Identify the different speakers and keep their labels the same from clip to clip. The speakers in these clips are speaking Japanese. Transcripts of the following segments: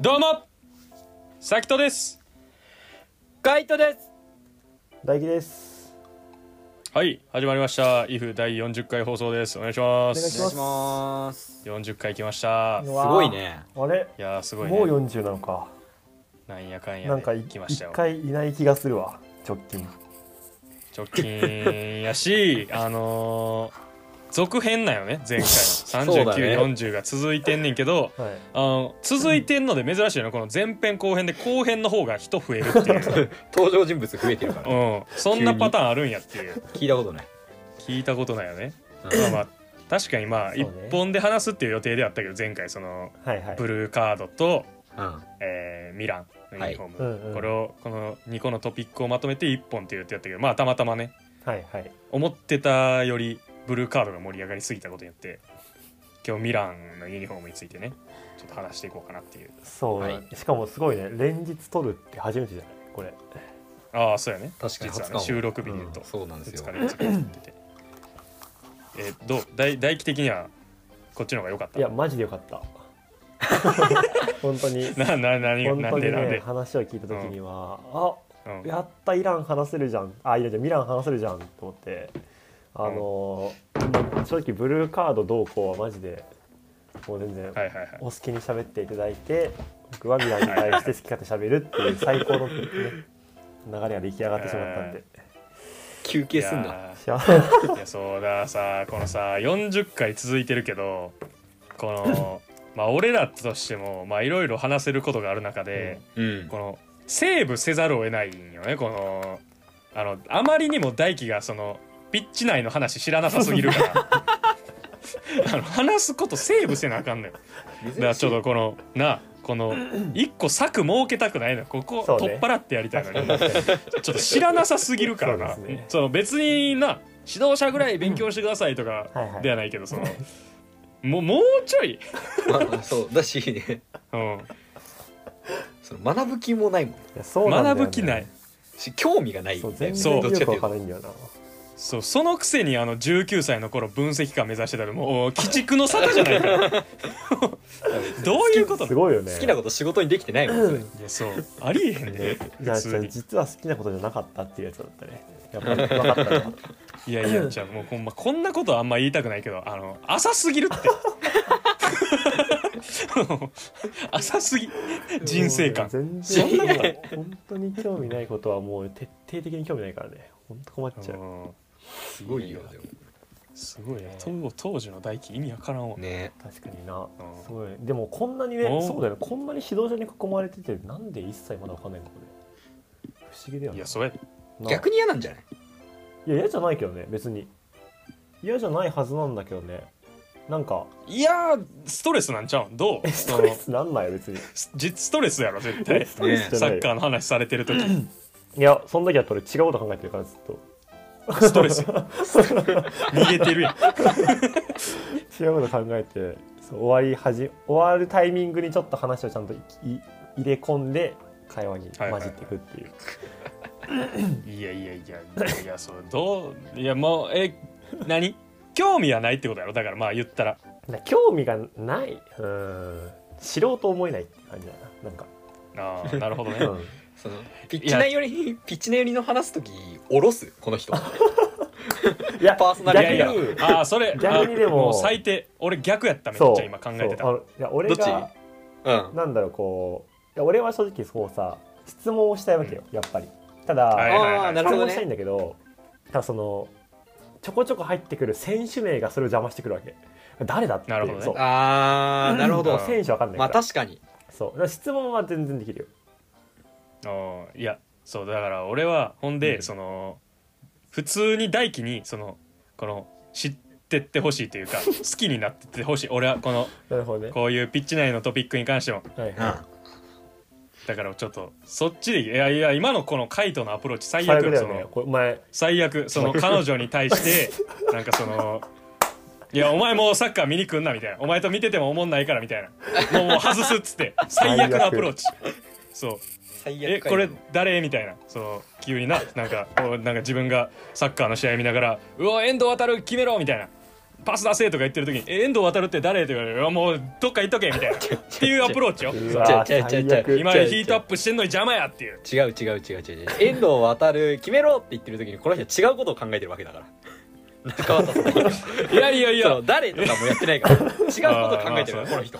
Speaker 1: どうもサキトです
Speaker 2: ガイトです
Speaker 3: 大輝です
Speaker 1: はい始まりました「IF 第40回放送ですお願いします
Speaker 3: お願いし
Speaker 2: ます
Speaker 1: 40回来ました
Speaker 3: う
Speaker 1: い
Speaker 3: わ
Speaker 2: すごいね
Speaker 3: あれ
Speaker 1: やーすごい
Speaker 3: もう
Speaker 1: ね
Speaker 3: 40なのか
Speaker 1: なんやかんや
Speaker 3: なんか
Speaker 1: で
Speaker 3: い
Speaker 1: 来ました
Speaker 3: 一
Speaker 1: よ
Speaker 3: 回いない気がするわ直近
Speaker 1: 直近や しあのー続編なんよね前回の
Speaker 2: そうだね
Speaker 1: 3940が続いてんねんけど
Speaker 3: はい
Speaker 1: あの続いてんので珍しいのこの前編後編で後編の方が人増える っていう、
Speaker 2: 登場人物増えて るから
Speaker 1: うん、そんなパターンあるんやって いう
Speaker 2: 聞いたことない
Speaker 1: 聞いたことないよね
Speaker 2: うん
Speaker 1: まあまあ確かにまあ
Speaker 3: そう
Speaker 1: 一
Speaker 3: ね
Speaker 1: 本で話すっていう予定ではあったけど前回その
Speaker 3: はいはい
Speaker 1: ブルーカードと、
Speaker 2: うん
Speaker 1: えーミランのユニフォーム、
Speaker 3: はいうんうん
Speaker 1: これをこの2個のトピックをまとめて1本って言ってやったけどまあたまたまね
Speaker 3: はいはい
Speaker 1: 思ってたよりブルーカードが盛り上がりすぎたことによって今日ミランのユニフォームについてねちょっと話していこうかなっていう
Speaker 3: そう、
Speaker 2: はい
Speaker 3: しかもすごいね連日撮るって初めてじゃないこれ
Speaker 1: ああそうやね
Speaker 2: 確かに
Speaker 1: 実は
Speaker 2: 初か
Speaker 1: ね
Speaker 2: も
Speaker 1: 収録日で言うと、
Speaker 2: うんそうなんですよ
Speaker 1: 2日連続やっててえーどう大大気的にはこっちの方が良かった
Speaker 3: いやマジでよかった本当 に
Speaker 1: な な何
Speaker 3: 本
Speaker 1: な
Speaker 3: 当
Speaker 1: ん
Speaker 3: に
Speaker 1: でなん
Speaker 3: ね
Speaker 1: で、
Speaker 3: 話を聞いた時には、
Speaker 1: うん
Speaker 3: あやったイラン話せるじゃんあいやじゃミラン話せるじゃんと思ってあのーまあ正直ブルーカードどうこうはマジでもう全然
Speaker 1: はいはいはい
Speaker 3: お好きに喋っていただいて僕はミランに対して好き勝手喋るっていう最高の、ね、流れが出来上がってしまったんで
Speaker 2: 休
Speaker 1: い
Speaker 2: 憩すんな
Speaker 1: や
Speaker 3: 幸せ
Speaker 1: ーいやそうださこのさ40回続いてるけどこ のまあ俺らとしてもまあいろいろ話せることがある中で、
Speaker 2: うん
Speaker 1: このセーブせざるを得ないんよねこのあのあまりにも大輝がそのピッチ内の話知らなさすぎるから あの話すことセーブせなあかんのよ
Speaker 2: 珍しい
Speaker 1: だからちょっとこのなあこの一個策設けたくないのここ
Speaker 3: そう
Speaker 1: 取
Speaker 3: ね
Speaker 1: っ払ってやりたいのに、ちょっと知らなさすぎるからな
Speaker 3: そ
Speaker 1: そ、
Speaker 3: うですね
Speaker 1: の別にな指導者ぐらい勉強してくださいとか
Speaker 3: はいはい
Speaker 1: ではないけどそのもうもうちょい、
Speaker 2: まあそうだしね
Speaker 1: うん、
Speaker 2: その学ぶ気もないもん
Speaker 3: いやそうなんだよね
Speaker 1: 学ぶ気ない
Speaker 2: し興味がない
Speaker 3: そう
Speaker 2: みたい
Speaker 3: 全
Speaker 2: な
Speaker 3: 然
Speaker 2: ど
Speaker 3: よ
Speaker 2: っち
Speaker 3: く
Speaker 2: かって
Speaker 3: わから
Speaker 2: いうと
Speaker 3: んよな
Speaker 1: そうそのくせにあの19歳の頃分析官目指してたらもう鬼畜の沙汰じゃないか どういうこと
Speaker 3: す
Speaker 1: い
Speaker 3: ごいよね
Speaker 2: 好きなこと仕事にできてないもんそれ
Speaker 1: やそうありえへんね
Speaker 3: じゃ
Speaker 1: 普
Speaker 3: あじゃ
Speaker 1: 通
Speaker 3: あ
Speaker 1: に
Speaker 3: 実は好きなことじゃなかったっていうやつだったねやっぱり分かったない
Speaker 1: やいやじゃあ もうほんまこんなことはあんま言いたくないけどあの浅すぎるって 浅すぎ人生観
Speaker 3: 全
Speaker 1: そん
Speaker 3: 然
Speaker 1: なことない
Speaker 3: 本当に興味ないことはもう徹底的に興味ないからね本当困っちゃう
Speaker 1: うん
Speaker 2: すごいよでも
Speaker 1: すごいね当当時の大輝意味わからんわ、
Speaker 2: ね
Speaker 3: 確かにな
Speaker 1: うん
Speaker 3: すごいでもこんなにね
Speaker 1: うん
Speaker 3: そうだよねこんなに指導者に囲まれててなんで一切まだ分かんないのこれ不思議だよ
Speaker 1: い
Speaker 3: ね
Speaker 1: やそれ
Speaker 3: な
Speaker 2: 逆に嫌なんじゃない
Speaker 3: いや嫌じゃないけどね別に嫌じゃないはずなんだけどねなんか
Speaker 1: いやーストレスなんちゃうんどう
Speaker 3: ストレスなんないよ別に
Speaker 1: そのじストレスやろ絶
Speaker 3: え
Speaker 1: 対
Speaker 3: ストレスじゃ
Speaker 1: サ
Speaker 3: ない
Speaker 1: ッ
Speaker 3: よ
Speaker 1: カーの話されてる時
Speaker 3: いやそんだけだったら俺違うこと考えてるからずっと
Speaker 1: ストレス逃げてるやん
Speaker 3: 違うこと考えてそう終わりはじ終わるタイミングにちょっと話をちゃんといい入れ込んで会話に混じっていくっていう、
Speaker 1: いやいやいやいやいやそれどういやもうえ何興味はないってことやろだからまあ言ったら
Speaker 3: な興味がないうん知ろうと思えないって感じだななんか、
Speaker 1: ああなるほどね
Speaker 3: うん、
Speaker 2: そのピッチ内寄りピッチ内寄りの話す時下ろすこ の人
Speaker 3: いや
Speaker 2: パーソナ
Speaker 1: い
Speaker 2: リ
Speaker 1: や
Speaker 2: テ
Speaker 1: い
Speaker 2: ィ
Speaker 1: や
Speaker 2: が逆
Speaker 1: ああそれ
Speaker 3: 逆にでも
Speaker 1: あう最低俺逆やっためっちゃ今考えてた
Speaker 3: そうあのいや俺
Speaker 2: どっ
Speaker 3: が
Speaker 2: ちうん
Speaker 3: なんだろうこういや俺は正直そうさ質問をしたいわけよ、やっぱりただ、
Speaker 1: はいはいはい
Speaker 2: あーなる
Speaker 3: 質
Speaker 2: ほど
Speaker 3: 問したい
Speaker 2: ね
Speaker 3: んだけどただそのちょこちょこ入ってくる選手名がそれを邪魔してくるわけ誰だって
Speaker 1: なるほどね
Speaker 3: そう
Speaker 2: あーなるほ
Speaker 3: も
Speaker 2: ど
Speaker 3: う選手わかんない
Speaker 2: ま
Speaker 3: か
Speaker 2: あ
Speaker 3: ら、
Speaker 2: 確かに
Speaker 3: そうだから質問は全然できるよ
Speaker 1: あーいやそうだから俺はほんで、
Speaker 2: うん
Speaker 1: その普通に大輝にそのこの知ってってほしいと いうか好きになってってほしい俺はこの
Speaker 3: なるほどね
Speaker 1: こういうピッチ内のトピックに関しても
Speaker 3: はい
Speaker 2: うん
Speaker 3: は
Speaker 1: だからちょっとそっちでいやいや今のこのカイトのアプローチ
Speaker 3: い
Speaker 1: 最
Speaker 3: 最
Speaker 1: 悪
Speaker 3: 悪だ
Speaker 1: よそ
Speaker 3: よね
Speaker 1: の
Speaker 3: これお前
Speaker 1: 最悪その彼女に対して なんかそのいやお前もうサッカー見に来んなみたいなお前と見てても思んないからみたいなもうもう外すっつ って最悪のアプローチそう
Speaker 2: 最
Speaker 1: え
Speaker 2: 悪か
Speaker 1: これ誰みたいなそう急にななんかおなんか自分がサッカーの試合見ながら「うお遠藤航決めろ!」みたいなパス出せとか言ってる時に「え遠藤航って誰?」って言われるいや「もうどっか行っとけ」みたいなっていうアプローチよ
Speaker 3: う
Speaker 2: ちゃ
Speaker 3: わ
Speaker 2: うちゃうちゃう
Speaker 3: 最
Speaker 2: ちゃう
Speaker 3: 悪
Speaker 1: 今ヒートアップしてんのに邪魔やっていう
Speaker 2: 違う違う違う違う違う遠藤渡る決めろって言ってる時にこの人は違うことを考えてるわけだから 中畑さん
Speaker 1: いやいやい
Speaker 2: いや
Speaker 1: や
Speaker 2: その誰とかもやってないか ら違うこと考えてるから
Speaker 1: あー
Speaker 2: この人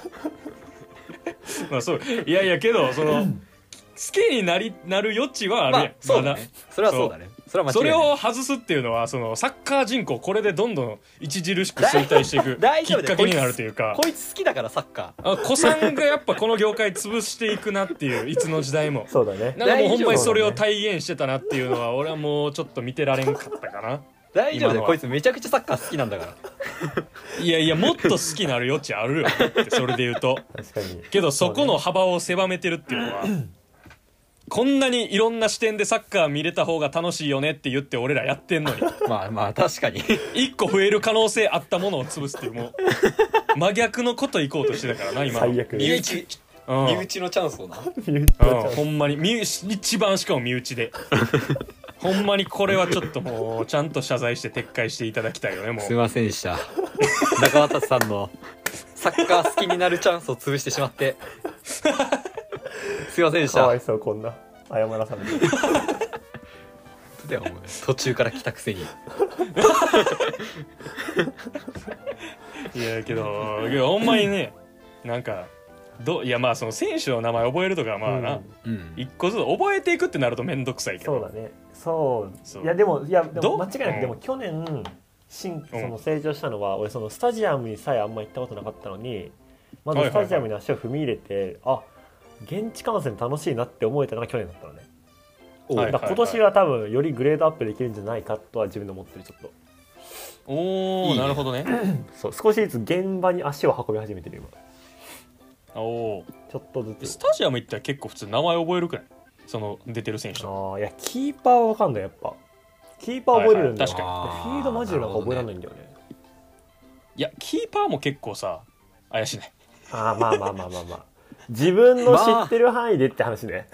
Speaker 1: まあそういやいやけどその好きになりなる余地はある
Speaker 2: ま
Speaker 1: やん、
Speaker 2: あそうだ
Speaker 1: まだ
Speaker 2: ねそれはそうだねそれは間
Speaker 1: そ
Speaker 2: 違
Speaker 1: れ
Speaker 2: いない
Speaker 1: を外すっていうのはそのサッカー人口これでどんどん著しく衰退していく
Speaker 2: 大
Speaker 1: き
Speaker 2: 丈
Speaker 1: っ
Speaker 2: 夫だ
Speaker 1: か
Speaker 2: よ
Speaker 1: けになるというか
Speaker 2: こいつ好きだからサッカー
Speaker 1: あ子さんがやっぱこの業界潰していくなっていういつの時代 も
Speaker 3: そうだね
Speaker 1: なんかもうほんまにそれを体現してたなっていうのは俺はもうちょっと見てられんかったかな
Speaker 2: 大丈
Speaker 1: 今の
Speaker 2: 夫だよ
Speaker 1: は
Speaker 2: こいつめちゃくちゃサッカー好きなんだから
Speaker 1: いやいやもっと好きになる余地あるよってそれで言うと
Speaker 3: 確かに
Speaker 1: けどそこの幅を狭めてるっていうの はこんなにいろんな視点でサッカー見れた方が楽しいよねって言って俺らやってんのに
Speaker 2: まあまあ 確かに
Speaker 1: 一個増える可能性あったものを潰すっていう もう真逆のこと行こうとしてたからな今の
Speaker 3: 最悪
Speaker 2: 身
Speaker 3: 身
Speaker 2: 内
Speaker 1: うん
Speaker 2: 身内のチャンスをな
Speaker 3: 身内
Speaker 1: うん
Speaker 3: になっちゃう
Speaker 1: ほんまに身内一番しかも身内 でほんまにこれはちょっともうちゃんと謝罪して撤回していただきたいよねも
Speaker 2: すいうませんでした中畑さんのサッカー好きになるチャンスを潰してしまって すいませんでし
Speaker 3: か
Speaker 2: た
Speaker 3: わいそうこんな謝らさない
Speaker 2: ではもう途中から来たくせに
Speaker 1: いやけどけどほんまにねなんかどいやまあその選手の名前覚えるとかはまあな、
Speaker 3: うん
Speaker 2: うん
Speaker 1: 一個ずつ覚えていくってなると面倒くさいけ
Speaker 3: そう
Speaker 1: ど
Speaker 3: だねそ
Speaker 1: そう
Speaker 3: ういやでもいやで
Speaker 1: ど
Speaker 3: も間違いな
Speaker 1: うん
Speaker 3: くでも去年進そ
Speaker 1: うん
Speaker 3: の成長したのは俺そのスタジアムにさえあんま行ったことなかったのにまず
Speaker 1: はい
Speaker 3: ス
Speaker 1: はいはい
Speaker 3: タジアムに足を踏み入れてあ現地観戦楽しいなって思えたのが去年だったのね
Speaker 1: はい
Speaker 3: だから今年は多分よりグレードアップできるんじゃないかとは自分で思ってるちょっと
Speaker 1: おお
Speaker 2: いいね
Speaker 1: なるほどね
Speaker 3: そう少しずつ現場に足を運び始めてる今
Speaker 1: おー
Speaker 3: ちょっとず
Speaker 1: ス
Speaker 3: つ
Speaker 1: タジアム行ったら結構普通名前覚えるくらいその出てる選手の
Speaker 3: ああいやキーパーは分かんないやっぱキーパー覚えれるんだよ、
Speaker 1: はい
Speaker 2: はい確かに
Speaker 3: フィードマジでなんか覚えられないんだよね
Speaker 1: いやキーパーも結構さ怪しいね
Speaker 3: あーまあまあまあまあまあ自分の知ってる範囲でって話ね、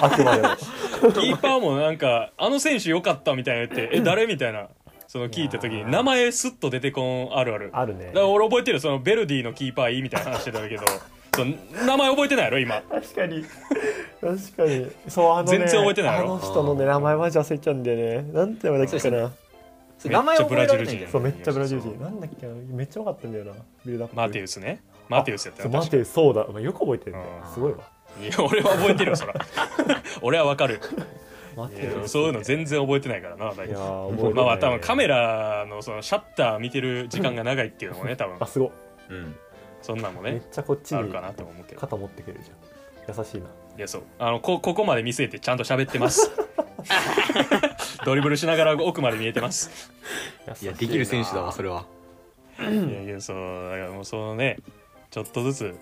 Speaker 3: あ、くまでも
Speaker 1: キーパーもなんか「あの選手良かった」みたいな言って「え誰?」みたいなその聞いた時
Speaker 3: いや
Speaker 1: に
Speaker 3: ー
Speaker 1: 名前スッと出てこんあるあるだか
Speaker 3: あるね
Speaker 1: ら俺覚えてるそのベルディのキーパーいいみたいな話してたけどその名前覚えてないやろ今
Speaker 3: 確かに確かにそうあの、ね、
Speaker 1: 全然覚えてないや
Speaker 3: あ
Speaker 1: ろ
Speaker 3: の人のね名前マジ焦っちゃうんだよねなんて名前だっけかな
Speaker 2: それ名前覚えられないんだよ
Speaker 1: めっちゃブラジル人
Speaker 3: そうめっちゃブラジル人なんだっけなめっちゃ良かったんだよなビルダップ
Speaker 1: マテウスねマテウスやった
Speaker 3: そう
Speaker 1: よ
Speaker 3: マテウスそうだ、まあ、よく覚えてるね
Speaker 1: うん
Speaker 3: すごいわ
Speaker 1: いや俺は覚えてるよそら 俺はわかる
Speaker 3: マ
Speaker 1: い
Speaker 3: テウ
Speaker 1: や
Speaker 3: ス
Speaker 1: そういうの全然覚えてないからな大
Speaker 3: いや
Speaker 1: 体
Speaker 3: ー覚えてない
Speaker 1: まあまあ多分カメラのそのシャッター見てる時間が長いっていう のもね多分
Speaker 3: あすごい
Speaker 2: うん
Speaker 1: そんなんも
Speaker 3: めっ
Speaker 1: ね
Speaker 3: ちゃこっち
Speaker 1: ある
Speaker 3: に
Speaker 1: かなと思うけど
Speaker 3: 肩持ってくれるじゃん優しいない
Speaker 1: やそうあのこここまで見据えてちゃんと喋ってます ドリブルしながら奥まで見えてます
Speaker 2: いやできる選手だわそ
Speaker 3: れ
Speaker 2: れはい
Speaker 1: やいやそうだからもうそのねちょっとずつだか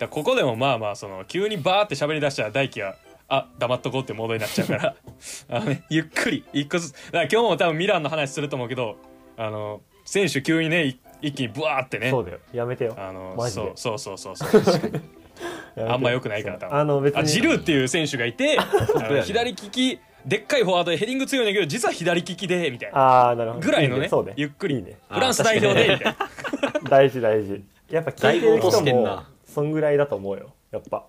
Speaker 1: らここでもまあまあその急にバーって喋り出したら大輝はあ黙っとこうってモードになっちゃうから あの、ね、ゆっくり一個ずつだから今日も多分ミランの話すると思うけどあの選手急にねい一気にブワーってね
Speaker 3: そうだよやめてよ
Speaker 1: あの
Speaker 3: マジ
Speaker 1: そう
Speaker 3: で
Speaker 1: そうそうそうそう
Speaker 3: やめて
Speaker 1: あんま良くないから多分
Speaker 3: あの別
Speaker 1: あ
Speaker 3: に
Speaker 1: ジルーっていう選手がい てあ
Speaker 2: だよ
Speaker 1: の
Speaker 2: ね
Speaker 1: 左利きでっかいフォワードでヘディング強いんだけど実は左利きでみたいな
Speaker 3: ああなるほど
Speaker 1: ぐらいのね
Speaker 3: そうね
Speaker 1: ゆっくり
Speaker 3: いいね
Speaker 1: フランス代表でみたいな。
Speaker 3: 大事大事やっぱ聞いてる
Speaker 2: だいぶ落と
Speaker 3: 人
Speaker 2: してん
Speaker 3: も
Speaker 2: な
Speaker 3: そんぐらいだと思うよやっぱ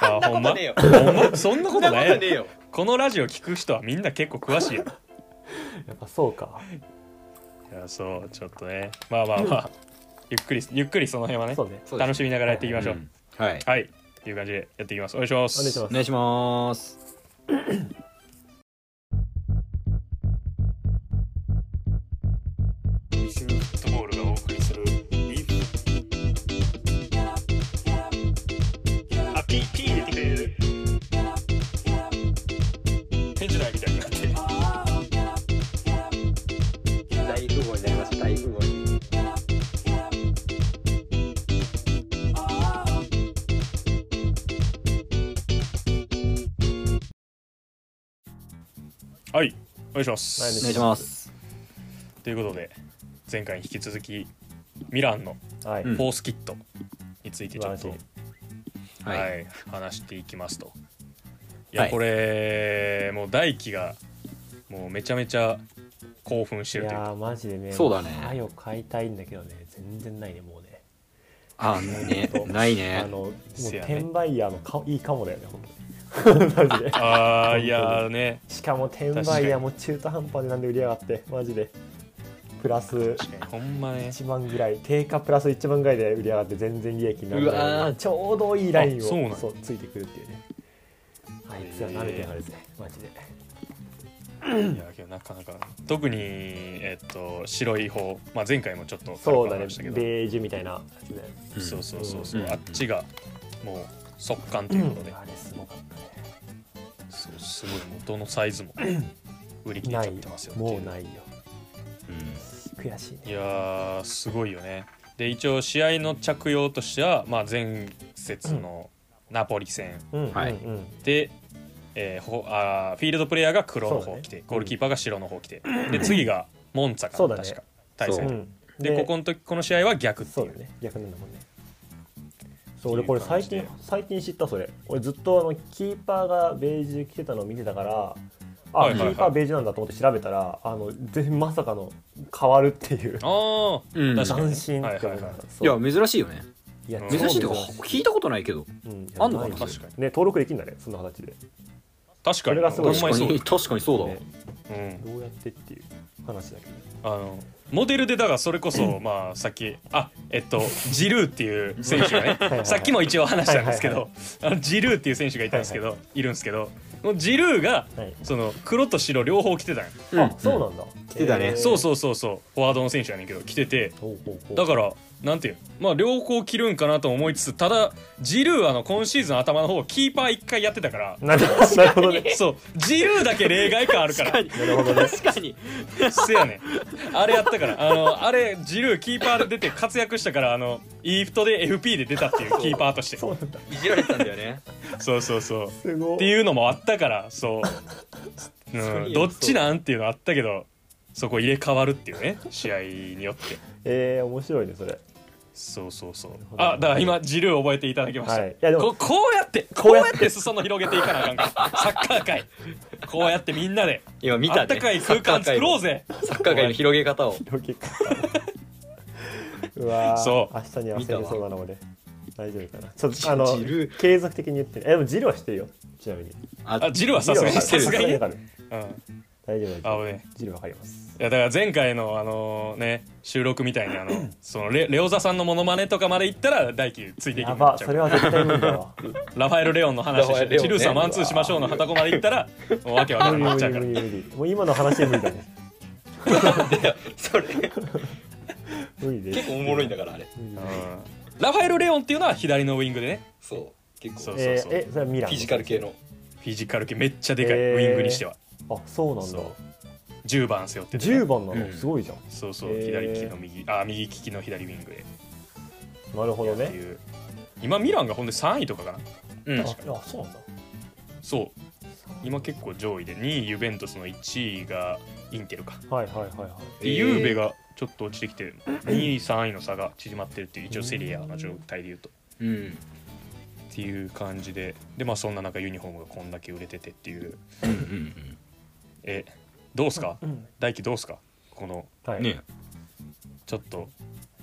Speaker 1: あほん ま
Speaker 2: ねえよ
Speaker 1: ほんま そんなことない
Speaker 2: そんな
Speaker 1: や
Speaker 2: ことねえよ
Speaker 1: ろこのラジオ聞く人はみんな結構詳しいやろ
Speaker 3: やっぱそうか
Speaker 1: いやそうちょっとねまあまあまあゆっくりゆっくりその辺はね
Speaker 3: そうね
Speaker 2: そうです
Speaker 1: 楽しみながらやっていきましょう、
Speaker 2: んはい
Speaker 1: はいっていう感じでやっていきますお願いします
Speaker 3: お願いしま
Speaker 2: お願いします
Speaker 1: フットボールがお送りするあピーピー出てくる返事ないみたいになって
Speaker 2: 大富豪になりました大富豪に
Speaker 1: はいお願いします、
Speaker 3: はい
Speaker 2: お願いします
Speaker 1: ということで前回に引き続きミランの
Speaker 3: はい、
Speaker 2: うん
Speaker 1: フォースキットについてちょっ
Speaker 3: 素晴
Speaker 1: と
Speaker 3: らし
Speaker 1: は、
Speaker 2: はいい
Speaker 1: 話していきますといや、
Speaker 2: はい
Speaker 1: これもう大輝がもうめちゃめちゃ興奮して
Speaker 3: い
Speaker 1: るという
Speaker 3: や
Speaker 1: か
Speaker 3: ーマジでね
Speaker 2: そうだね
Speaker 3: 早く買いたいんだけどね全然ないねもうね
Speaker 2: あねないね
Speaker 3: あのもう
Speaker 1: せやね
Speaker 3: 転売ヤーのかいいかもだよね本当に マジで
Speaker 1: あーいやーね
Speaker 3: しかも転売ヤーも中途半端でなんで売り上がってマジでプラス
Speaker 1: ほんまね
Speaker 3: 1万ぐらい定価プラス1万ぐらいで売り上がって全然利益になる
Speaker 2: うわー
Speaker 3: ちょうどいいライン
Speaker 1: あそうなん
Speaker 3: を
Speaker 1: や
Speaker 3: そうついてくるっていうねあいつは慣れてるはずねマジで
Speaker 1: いやけどなかなか特にえっと白い方、まあ、前回もちょっと
Speaker 3: そうだね
Speaker 1: 話したけど
Speaker 3: ベージュみたいなやつね
Speaker 1: そうそうそう
Speaker 2: う
Speaker 1: そうんあっちがもう速乾ということで
Speaker 3: あれすごかったね
Speaker 1: そうすごいもうどのサイズも売り切れ
Speaker 3: な
Speaker 1: ちゃっ
Speaker 3: いよ
Speaker 1: てますよってい
Speaker 3: も
Speaker 1: う
Speaker 3: うないよ悔しいね
Speaker 1: いやーすごいよねで一応試合の着用としては、まあ、前節のナポリ戦
Speaker 3: うん
Speaker 2: はい
Speaker 3: うんうん
Speaker 1: で、えーほあーフィールドプレイヤーが黒の方
Speaker 3: そうだね
Speaker 1: 来て、ゴールキーパーが白の方来て、で次がモンツァ
Speaker 3: そ
Speaker 1: かな、
Speaker 3: うだね
Speaker 1: 確か対
Speaker 2: そう
Speaker 1: 戦
Speaker 3: うん
Speaker 1: でここの時この試合は逆ってい
Speaker 3: そううだね逆なんだもんねそう俺これ
Speaker 1: っていう感
Speaker 3: 最
Speaker 1: じで
Speaker 3: 近最近知ったそれ俺ずっとあのキーパーがベージュ着てたのを見てたからあ、
Speaker 1: はいはいはい
Speaker 3: キーパーベージュなんだと思って調べたらあの全然まさかの変わるっていう
Speaker 1: ああ、
Speaker 2: うん
Speaker 1: 確か
Speaker 3: 斬
Speaker 1: に
Speaker 3: 新って
Speaker 1: は
Speaker 3: 思
Speaker 1: い
Speaker 3: っ
Speaker 1: はいはい
Speaker 3: たそ
Speaker 2: いうや珍しいよね
Speaker 3: いや
Speaker 1: うん
Speaker 3: 超
Speaker 2: 珍しいっていうか
Speaker 3: 珍し
Speaker 2: 聞いたことないけど
Speaker 3: うん
Speaker 2: あんのかな
Speaker 3: やばい
Speaker 1: 確かに
Speaker 3: ね登録できんだねそんな形で、
Speaker 1: 確か
Speaker 3: そ
Speaker 1: に
Speaker 3: れがすごい
Speaker 1: ほん
Speaker 2: 確
Speaker 1: ま
Speaker 2: か
Speaker 1: にそうだ
Speaker 2: に確かにそうだわ
Speaker 3: ね
Speaker 1: うん、
Speaker 3: どうやってっていう話だけど
Speaker 1: あのモデルでだからそれこそまあさっきあえっとジルーっていう選手がね
Speaker 3: いはい
Speaker 1: さっきも一応話したんですけど、
Speaker 3: はい
Speaker 1: あのジルーっていう選手がいたんですけど、
Speaker 3: はい
Speaker 1: るんですけどこのジルーが
Speaker 3: はい
Speaker 1: その黒と白両方着てたんよ、
Speaker 2: うん
Speaker 3: あそうなんだ、来
Speaker 2: てたね
Speaker 1: そう
Speaker 3: う
Speaker 1: そうそうそうフォワードの選手やねんけど着てて
Speaker 3: ほうほうほう
Speaker 1: だからなんていうまあ両方着るんかなと思いつつただジルーはあの今シーズン頭の方キーパー一回やってたから
Speaker 3: なるなるほどね
Speaker 1: そうジルーだけ例外感あるから
Speaker 3: なるほどね
Speaker 2: 確かに
Speaker 1: せやねんあれやったからあのあれジルーキーパーで出て活躍したからあのイーフトで FP で出たっていうキーパーとして
Speaker 3: そうなんだ
Speaker 2: いじられてたんだよね
Speaker 1: そうそうそうっ
Speaker 3: すごい
Speaker 1: ていうのもあったから そう、うん、どっちなんっていうのあったけどそこ入れ替わるっていうね試合によって
Speaker 3: えー、面白いねそれ
Speaker 1: そうそうそう
Speaker 3: ほど
Speaker 1: あだから今ジルー覚えていただきました、
Speaker 3: はいいやで
Speaker 1: こ
Speaker 3: も
Speaker 1: こうやってこうやって裾野広げていかなあかん からサッカー界こうやってみんなで
Speaker 2: 今見
Speaker 1: あ
Speaker 2: た
Speaker 1: った
Speaker 2: ね
Speaker 1: かい空間作ろうぜ
Speaker 2: サッカー界の広げ方を
Speaker 3: 広げ方うわー
Speaker 1: そう
Speaker 3: 明日には忘れてそうだな俺大丈夫かなちょっとあ
Speaker 2: ジル
Speaker 3: の継続的に言ってねえでもジルはしてるよちなみに
Speaker 1: あ
Speaker 2: あ
Speaker 1: ジルーはさすがに
Speaker 3: ジ
Speaker 1: さ
Speaker 3: ル
Speaker 1: す
Speaker 3: は
Speaker 1: がにね
Speaker 3: わかる
Speaker 1: うん
Speaker 3: 大
Speaker 1: あ
Speaker 3: 丈夫大丈
Speaker 1: ぶ
Speaker 3: 夫
Speaker 1: ね
Speaker 3: ジルわかります
Speaker 1: いやだから前回のあのね収録みたいにあのそのレレオザさんのモノマネとかまで行ったら大輝ついていけ
Speaker 3: や
Speaker 1: なくな
Speaker 3: ば
Speaker 1: っちゃ
Speaker 3: そうれは絶対無理 だわ
Speaker 1: ラファエル・レオンの話
Speaker 2: ラファエルレオンね
Speaker 1: チルーさんマンツーしましょうのはたこまで行ったらもうわけわから
Speaker 3: 無
Speaker 1: なく
Speaker 3: 理
Speaker 1: なっ
Speaker 3: 無
Speaker 1: ちゃうから
Speaker 3: 理無理無理もう今の話で無理だね
Speaker 2: それ
Speaker 3: 無理です
Speaker 2: 結構おもろいんだからあれ
Speaker 3: 無理無
Speaker 1: うん
Speaker 3: 理
Speaker 1: ラファエル・レオンっていうのは左のウィングでね
Speaker 2: そう結
Speaker 1: そう
Speaker 2: 構
Speaker 1: そう
Speaker 3: え
Speaker 1: そ
Speaker 3: ー
Speaker 1: う、
Speaker 3: えそれはミラン
Speaker 2: フィジカル系の
Speaker 1: フィジカル系めっちゃでかい、
Speaker 3: へー
Speaker 1: ウィングにしては
Speaker 3: あそうなんだ
Speaker 1: そう10番背負っててね、
Speaker 3: 10番なの、
Speaker 2: うん
Speaker 3: すごいじゃん
Speaker 1: そうそう、
Speaker 3: へー
Speaker 1: 左利きの右あ右利きの左ウィングで
Speaker 3: なるほど
Speaker 1: って
Speaker 3: ね
Speaker 1: いう今ミランがほんで3位とかかな
Speaker 2: うん
Speaker 3: ああそうなんだ
Speaker 1: そう今結構上位で2位ユベントスの1位がインテルか
Speaker 3: はいはいはいはい
Speaker 1: で
Speaker 2: えー
Speaker 1: ゆうべがちょっと落ちてきて2位3位の差が縮まってるっていう一応セリアの状態でいうと
Speaker 2: うん
Speaker 1: っていう感じででまあそんな中ユニフォームがこんだけ売れててっていう
Speaker 2: うんうん
Speaker 1: えどうすか
Speaker 3: うん
Speaker 1: 大輝どうすかこの
Speaker 3: はい、
Speaker 2: ね
Speaker 1: ちょっと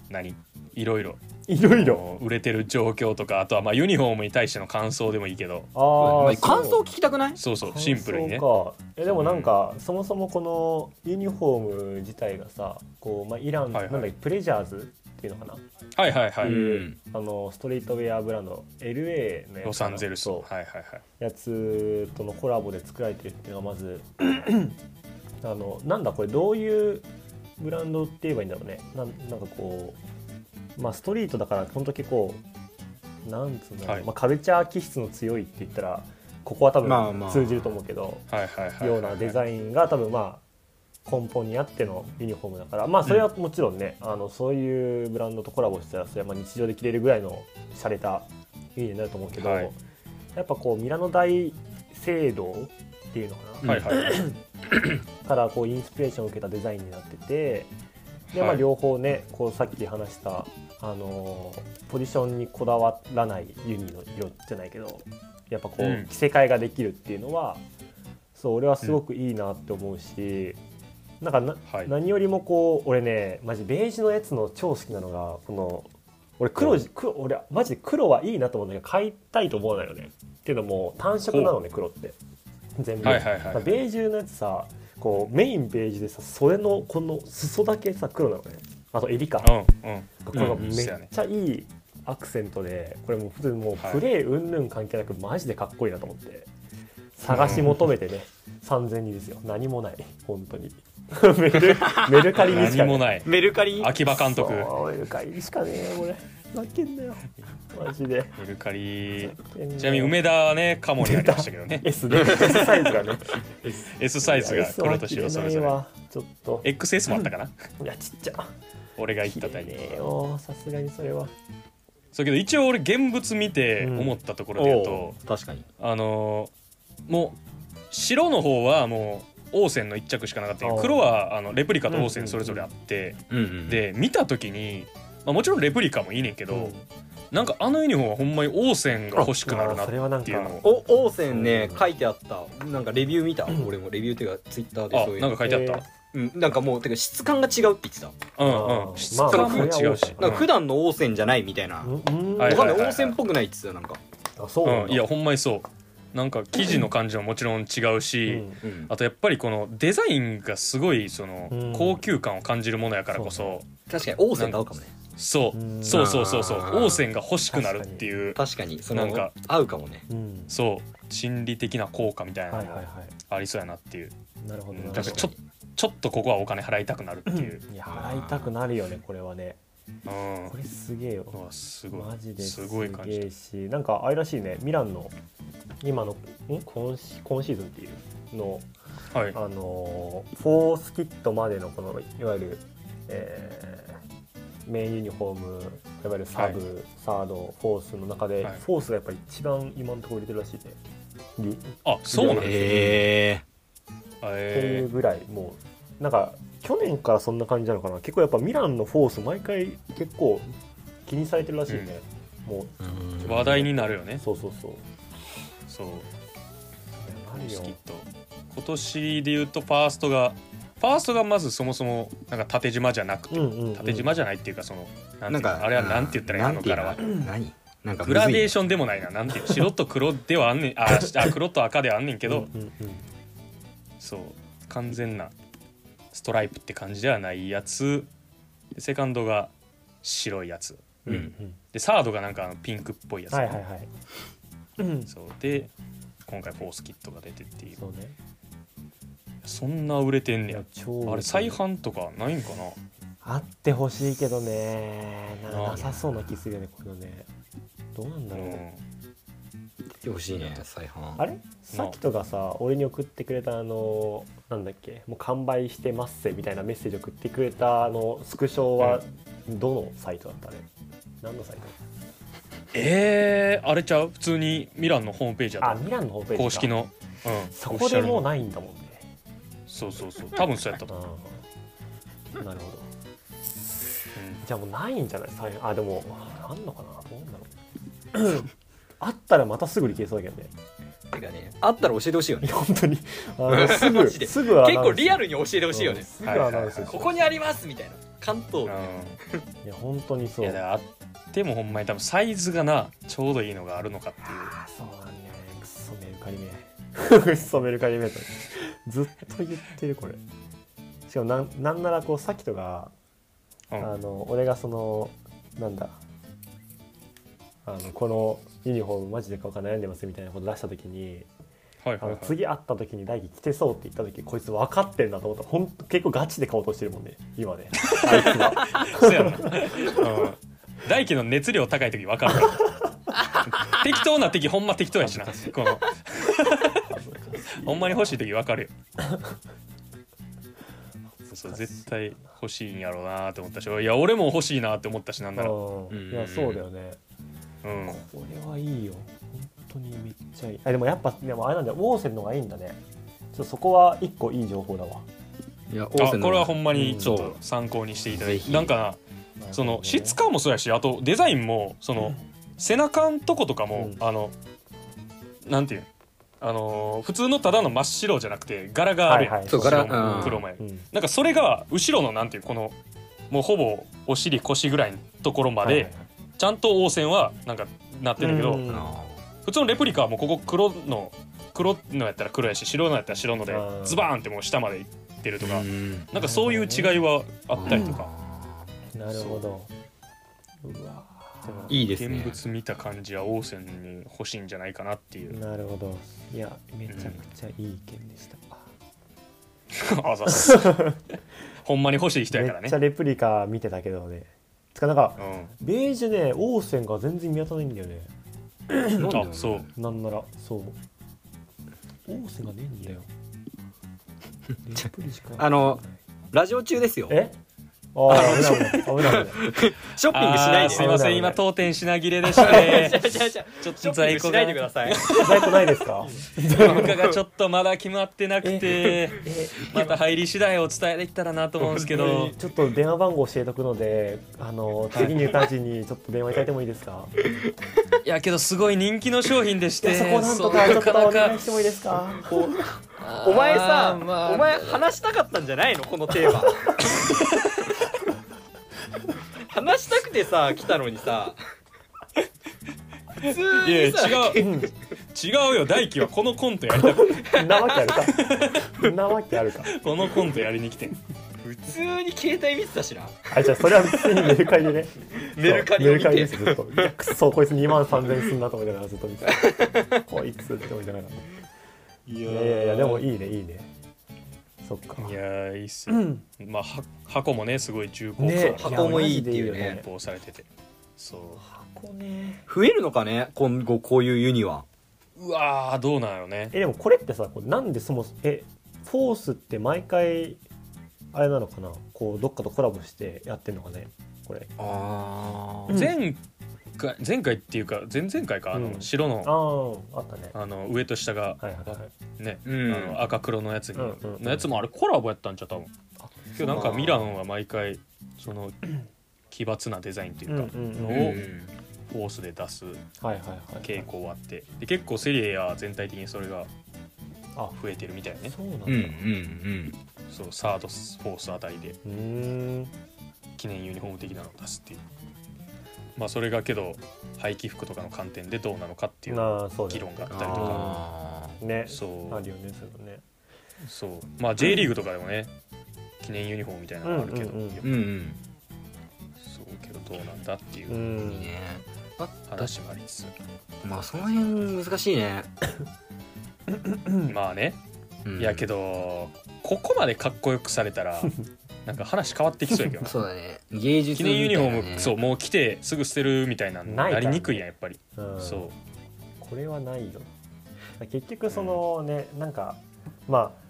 Speaker 1: 何いろいろ
Speaker 3: いろいろ
Speaker 1: こう売れてる状況とかあとはまあユニフォームに対しての感想でもいいけど
Speaker 3: あー
Speaker 2: まあ感
Speaker 3: そ
Speaker 2: 想
Speaker 3: う
Speaker 2: 聞きたくない
Speaker 1: そうそうシンプルにね
Speaker 3: そうかえでもなんか、そもそもこのユニフォーム自体がさこう、まあ、イラン、
Speaker 1: はいはい
Speaker 3: なんだっけプレジャーズっていうのかな
Speaker 1: はいはいは
Speaker 2: う
Speaker 1: い
Speaker 2: ん
Speaker 3: あのストリートウェアブランド LA のやつかな
Speaker 1: ロサンゼルスは
Speaker 3: そ
Speaker 1: いはいはいう
Speaker 3: やつとのコラボで作られてるっていうのがまずあのなんだこれどういうブランドって言えばいいんだろうねなんなんかこう、まあ、ストリートだから本当結構なんつうんだろう、
Speaker 1: はい
Speaker 3: まあ、カルチャー気質の強いって言ったらここは多
Speaker 2: まあま
Speaker 3: 分
Speaker 2: あ
Speaker 3: 通じると思うけど、
Speaker 1: はいはいはい
Speaker 3: ようなデ
Speaker 1: イ
Speaker 3: ザインが多分まあ根本にあってのユニフォームだからまあそれはもちろんね、あのそういうブランドとコラボしたらそれはまあ日常で着れるぐらいの洒落たユニフォームになると思うけど、
Speaker 1: はい
Speaker 3: やっぱこうミラノ大聖堂っていうのかな、
Speaker 1: はいはいはい
Speaker 3: からこうインスピレーションを受けたデザインになっててで、ま
Speaker 1: は
Speaker 3: あ、
Speaker 1: い
Speaker 3: 両方ねこうさっき話した、あのーポジションにこだわらないユニの色じゃないけどやっぱこ
Speaker 1: うん
Speaker 3: う着せ替えができるっていうのは、そう俺はすごくいいなって思うし、なんかな、
Speaker 1: はい
Speaker 3: 何よりもこう俺ねマジベージュのやつの超好きなのがこの俺黒じ黒俺マジで黒はいいなと思うんだけど買いたいと思わないよねっていうのも単色なのね黒って全部、
Speaker 1: はいはいはい
Speaker 3: だからベージュのやつさこうメインベージュでさ袖のこの裾だけさ黒なのねあと襟か
Speaker 1: うんうん
Speaker 3: これが
Speaker 1: うん
Speaker 3: めっ
Speaker 1: そうやね
Speaker 3: ちゃいいアクセントでこれもう普通にもう
Speaker 1: はい
Speaker 3: プレー云々関係なくマジでかっこいいなと思って探し求めてね3000人ですよ何もない本当に メルメルカリにしか
Speaker 1: 何もない
Speaker 2: メルカリ
Speaker 1: 秋葉監督
Speaker 3: そうメルカリにしかねえよこれ負けんだよマジで
Speaker 1: メルカリ
Speaker 3: ふざけんなよ
Speaker 1: ちなみに梅田はねカモにありましたけど ね
Speaker 3: S で S サイズがね
Speaker 1: S サイズが
Speaker 3: S は
Speaker 1: 黒と白それぞ
Speaker 3: 着れない
Speaker 1: れ
Speaker 3: わちょっと
Speaker 1: XS もあったかない
Speaker 3: やちっちゃ
Speaker 1: 俺が行っ
Speaker 3: 着
Speaker 1: た
Speaker 3: れ
Speaker 1: タイ
Speaker 3: ね
Speaker 1: プ
Speaker 3: えよさすがにそれは
Speaker 1: そうけど一応俺現物見て思ったところで言うと、
Speaker 2: おう確かに
Speaker 1: あのーもう白の方はもう王戦の一着しかなかったけど
Speaker 3: あー
Speaker 1: 黒はあのレプリカと王
Speaker 3: うんうんう
Speaker 1: 戦
Speaker 3: ん
Speaker 1: それぞれあって、
Speaker 2: うんうん
Speaker 1: で見た時に、まあ、もちろんレプリカもいいねんけど、
Speaker 3: うん
Speaker 1: なんかあのユニフォームはほんまに王戦が欲しくなるな
Speaker 3: あそれはなん
Speaker 1: っ
Speaker 3: か
Speaker 1: ていうのを
Speaker 2: お王戦ね書いてあったなんかレビュー見た、俺もレビューっていうかツイッターで
Speaker 1: あ
Speaker 2: そういう
Speaker 1: なんか書いてあった、
Speaker 2: うん、なんかもうてか質感が違うって言ってた
Speaker 1: うんう
Speaker 3: あ
Speaker 1: ん
Speaker 3: ー
Speaker 1: 質感も違うし、
Speaker 3: まあまあそれは
Speaker 2: なんか普段の王戦じゃないみたいな、
Speaker 3: うんうん
Speaker 1: はい
Speaker 2: わかんな
Speaker 1: はい
Speaker 2: い
Speaker 1: はい
Speaker 2: 王戦っぽくないって言ってたなんか、
Speaker 3: あそうなん
Speaker 1: う
Speaker 3: だ
Speaker 1: ん、いやほんまにそうなんか生地の感じももちろん違うし、
Speaker 3: うん
Speaker 2: うん、
Speaker 1: あとやっぱりこのデザインがすごいその
Speaker 3: うん
Speaker 1: 高級感を感じるものやからこそ、
Speaker 2: 確かに王戦と合うかもね
Speaker 1: そう
Speaker 3: うん
Speaker 1: そうそうそうそう
Speaker 2: あー
Speaker 1: 王戦が欲しくなるっていう
Speaker 2: 確かにその
Speaker 1: なんか
Speaker 2: 合うかもね
Speaker 3: うん
Speaker 1: そう心理的な効果みたいな
Speaker 3: はい
Speaker 1: の
Speaker 3: はいは
Speaker 1: もありそうやなっていう、
Speaker 3: いなるほど
Speaker 1: うん
Speaker 3: な
Speaker 1: だか
Speaker 3: るほ
Speaker 1: らちょ
Speaker 3: ど
Speaker 1: ちょっとここはお金払いたくなるっていう、
Speaker 3: いや払いたくなるよねこれはね
Speaker 1: うん
Speaker 3: これすげえよ
Speaker 1: うわすごい
Speaker 3: マジです
Speaker 1: す
Speaker 3: ご
Speaker 1: ご
Speaker 3: い
Speaker 1: い感
Speaker 3: げ
Speaker 1: じ
Speaker 3: えしなんかあれらしいねミランの今のん今シ今シーズンっていうの
Speaker 1: はい
Speaker 3: あのーフォースキットまでのこのいわゆる、えーメインユニフォームいわゆるサブ、サードフォースの中で、
Speaker 1: はい
Speaker 3: フォースがやっぱり一番今のところ入れてるらしいねり
Speaker 1: あそうなん
Speaker 3: へ
Speaker 1: です
Speaker 3: っ
Speaker 2: え
Speaker 3: てい
Speaker 1: え
Speaker 3: うぐらいもうなんか去年からそんな感じなのかな結構やっぱミランのフォース毎回結構気にされてるらしいね、もう
Speaker 1: ー話題になるよね
Speaker 3: そうそうそう
Speaker 1: そう
Speaker 3: なる
Speaker 1: ス
Speaker 3: よ
Speaker 1: キット今年で言うとファーストがファーストがまずそもそもなんか縦縞じゃなくて、
Speaker 3: うんうんうん
Speaker 1: 縦縞じゃないっていうかそのなんて
Speaker 2: ないん
Speaker 1: うの
Speaker 2: か
Speaker 1: あれはなんて言ったらいいのあの柄は
Speaker 2: 何なんか
Speaker 1: グラデー
Speaker 2: シ
Speaker 1: ションでもないななんていうの白と黒ではあんねんあしあ黒と赤ではあんねんけど、
Speaker 3: うんうんうん
Speaker 1: そう完全なストライプって感じではないやつでセカンドが白いやつ
Speaker 2: ョンう
Speaker 3: うんん
Speaker 1: でサードがなんかあのピンクっぽいやつ、
Speaker 3: はいはいはいうん
Speaker 1: そうで今回フォースキットが出てっていう
Speaker 3: そうね
Speaker 1: そんな売れてん
Speaker 3: い
Speaker 1: ね
Speaker 3: や
Speaker 1: ん
Speaker 3: 超
Speaker 1: あれ再販とかないんかな
Speaker 3: あってほしいけどねな
Speaker 1: ああ
Speaker 3: なさそうな気するよねこのねどうなんだろう、
Speaker 2: てほしいね再販
Speaker 3: あれさっきとかさ俺に送ってくれたあのなんだっけもう完売してますせみたいなメッセージ送ってくれたあのスクショはどのサイトだったね何のサイト
Speaker 1: えー、あれちゃう普通にミランのホームページ
Speaker 3: あ
Speaker 1: やっ
Speaker 3: ミランのホームペ
Speaker 1: た
Speaker 3: ージか
Speaker 1: 公式の、うん、
Speaker 3: そ
Speaker 1: オフィ
Speaker 3: こ
Speaker 1: シャ
Speaker 3: で
Speaker 1: ル
Speaker 3: もう
Speaker 1: の
Speaker 3: ないんだもんね
Speaker 1: そうそうそう多分そう やったと思う、
Speaker 3: うんなるほどじゃあもうないんじゃない再販あでもあんのかなどうなんだろう あったらまたすぐに消えそうだけどね
Speaker 2: てかねあったら教えてほしいよ
Speaker 3: い
Speaker 2: ね
Speaker 3: や本当にあのす
Speaker 2: マ
Speaker 3: ぐ
Speaker 2: ジです
Speaker 3: ぐアナウンス
Speaker 2: 結構リアルに教えてほしいよ
Speaker 3: うん
Speaker 2: ね
Speaker 3: すぐアナウンスして
Speaker 1: はいはいはい
Speaker 2: ここにありますみたいな関
Speaker 1: う
Speaker 2: 東
Speaker 1: ん、
Speaker 3: いや本当に
Speaker 1: うん、
Speaker 3: そ
Speaker 1: いうやだからあってもほんまに多分サイズがなちょうどいいのがあるのかっていう
Speaker 3: あーそうなんだよねクソメルカリめクソメルカリめとずっと言ってるこれしかもなんなんならこうさっきとか、
Speaker 1: うん
Speaker 3: あの俺がそのなんだあのこのユニフォームマジで買おうか悩んでますみたいなこと出した時に
Speaker 1: はい
Speaker 3: あ
Speaker 1: はい
Speaker 3: の
Speaker 1: はい
Speaker 3: 次会った時に大輝着てそうって言った時こいつ分かってるなと思ったほんと結構ガチで買おうとしてるもんね今ねあいつは
Speaker 1: そうやな、うん、大輝の熱量高い時分かるから 適当な敵ほんま適当やしなこのほんまに欲しい時分かるよそう絶対欲しいんやろうなって思ったしいや俺も欲しいなって思ったしなんなら
Speaker 3: うんいやそうだよね
Speaker 1: うん
Speaker 3: これはいいよ本当にめっちゃいいあでもやっぱでもあれなんだよウォーセンの方がいいんだねちょっとそこは一個いい情報だわ
Speaker 2: いや
Speaker 1: あこれはほんまにちょっ
Speaker 2: うん
Speaker 1: と参考にしていただい
Speaker 2: ぜ
Speaker 1: て
Speaker 2: ひ
Speaker 1: なんかなその質感もそうやしあとデザインもその背中んとことかも
Speaker 3: うん
Speaker 1: あのなんていうんあのー普通のただの真っ白じゃなくて柄があるやん、
Speaker 3: はいはい
Speaker 2: そう柄
Speaker 1: 白も
Speaker 2: うん
Speaker 1: 黒もやん
Speaker 3: うん
Speaker 1: なんかそれが後ろのなんていうこのもうほぼお尻腰ぐらいのところま
Speaker 3: はいはい
Speaker 1: で
Speaker 3: はい
Speaker 1: ちゃんと応線はなんかなってるんだけど、
Speaker 3: うん
Speaker 2: あ
Speaker 1: 普通のレプリカはもうここ黒の黒のやったら黒やし白のやったら白ので
Speaker 3: うん
Speaker 1: ズバーンってもう下までいってるとか、
Speaker 2: ーうん
Speaker 1: なんかそういう違いはあったりとか、
Speaker 3: なるほどうわー
Speaker 2: いいです
Speaker 1: 現
Speaker 2: ね
Speaker 1: 物見た感じは応線に欲しいんじゃないかなっていう
Speaker 3: なるほどいやめちゃくちゃいい意見でし た、
Speaker 1: あざっすほんまに欲しい人やから
Speaker 3: めっちゃ
Speaker 1: ね、
Speaker 3: レプリカ見てたけどねつかなんか
Speaker 1: うん、
Speaker 3: ベージュねオーセンが全然見当たらないんだよね
Speaker 2: なんだ
Speaker 1: あ
Speaker 2: ろ
Speaker 1: そう
Speaker 3: なんならそうオーセンがねえんだよレプリカ
Speaker 2: あのラジオ中ですよ
Speaker 3: えああ危ない危ない危ない
Speaker 2: ショッピングしない
Speaker 1: あー
Speaker 2: ですす
Speaker 1: い
Speaker 2: よ
Speaker 1: ません今当店品切れでして
Speaker 2: ちょっ
Speaker 1: と
Speaker 2: と在庫しないでください。
Speaker 3: 在庫ないですか
Speaker 1: 文化がちょっとまだ決まってなくて
Speaker 3: え
Speaker 1: また入り次第お伝えできたらなと思うんですけど
Speaker 3: ちょっと電話番号教えとくのであの次に歌うちにちょっと電話いただいてもいいですか
Speaker 1: いやけどすごい人気の商品でし
Speaker 3: いや
Speaker 1: て
Speaker 3: そこなんとか
Speaker 1: そう
Speaker 3: ちょっとお
Speaker 1: なか
Speaker 3: 願いしてもいいですか
Speaker 1: なか
Speaker 2: お前
Speaker 1: あ
Speaker 2: さ
Speaker 1: ー、まあ
Speaker 2: お前話したかったんじゃないのこのテーマ。 話したくてさ来たのにさ。
Speaker 1: い
Speaker 2: 普
Speaker 1: や
Speaker 2: 通にさ
Speaker 1: 違う違うよ大輝はこのコントやりたく て
Speaker 3: なわけあるかなわけあるか
Speaker 1: このコントやりに来てん
Speaker 2: 普通に携帯見てたしな。
Speaker 3: あじゃあそれは普通にメルカリでね
Speaker 2: メルカリを見
Speaker 3: そうメルカリで
Speaker 2: て
Speaker 3: す。ずっといやくそこいつ2万3000円すんなと思いながらずっと見てたこいつって思いながらい
Speaker 1: い
Speaker 3: やいやいやでも
Speaker 1: い
Speaker 3: いいねいいねそっか
Speaker 1: いやーいいっすよ、まあは箱もねすごい重厚感
Speaker 2: ね
Speaker 1: が
Speaker 2: 箱もいいっていう
Speaker 3: いやマジでいいよね。
Speaker 2: ね
Speaker 1: 梱包されててそ
Speaker 3: 箱ね
Speaker 2: 増えるのかね今後こういうユニは。
Speaker 1: ううわーどうなんやろね
Speaker 3: えでもこれってさこうなんでそもそもえフォースって毎回あれなのかなこうどっかとコラボしてやってんのかねこれ
Speaker 2: あ
Speaker 3: うん
Speaker 1: 前回前回っていうか前々回かあの、
Speaker 3: うん
Speaker 1: 白の
Speaker 3: あああったね
Speaker 1: あの上と下が
Speaker 3: はいはいはい
Speaker 1: ね、
Speaker 2: うん
Speaker 1: あの赤黒のやつに、
Speaker 3: うんうんうん
Speaker 1: のやつもあれコラボやったんちゃう多分今日なんかミランは毎回その 奇抜なデザインというか、
Speaker 3: うんうんうん
Speaker 1: のをフォースで出す
Speaker 3: はいはいはい
Speaker 1: 傾向はあってで結構セリエや全体的にそれが
Speaker 3: あ
Speaker 1: 増えてるみたいね
Speaker 3: そうなんだ
Speaker 2: うんうんう。
Speaker 3: うん
Speaker 1: そうサードスフォースあたりで
Speaker 3: ーん
Speaker 1: 記念ユニフォーム的なのを出すっていうまあそれがけど廃棄服とかの観点でどうなのかっていう
Speaker 3: なあそうだ
Speaker 1: 議
Speaker 3: よ
Speaker 1: 論があったりとか
Speaker 2: あ
Speaker 3: ね
Speaker 1: そう
Speaker 3: あるよねそういうのね
Speaker 1: そうまあ J リーグとかでもね記念ユニフォームみたいなのがあるけど、
Speaker 3: うんうんうん
Speaker 2: ーうんうん。
Speaker 1: そうけどどうなんだっていううん
Speaker 2: いいね。
Speaker 1: 話もありつつ、
Speaker 2: まあその辺難しいね。
Speaker 1: まあね
Speaker 2: うん
Speaker 1: いやけどここまでかっこよくされた らなんか話変わってきそうや けどな
Speaker 2: そうだね。芸術。
Speaker 1: 記念ユニフォームそううもう着てすぐ捨てるみたいなの
Speaker 3: ない
Speaker 1: な
Speaker 3: からね
Speaker 1: りにくいやんやっぱり、
Speaker 3: うん
Speaker 1: そ
Speaker 3: これはないよ結局そのね、なんかまあ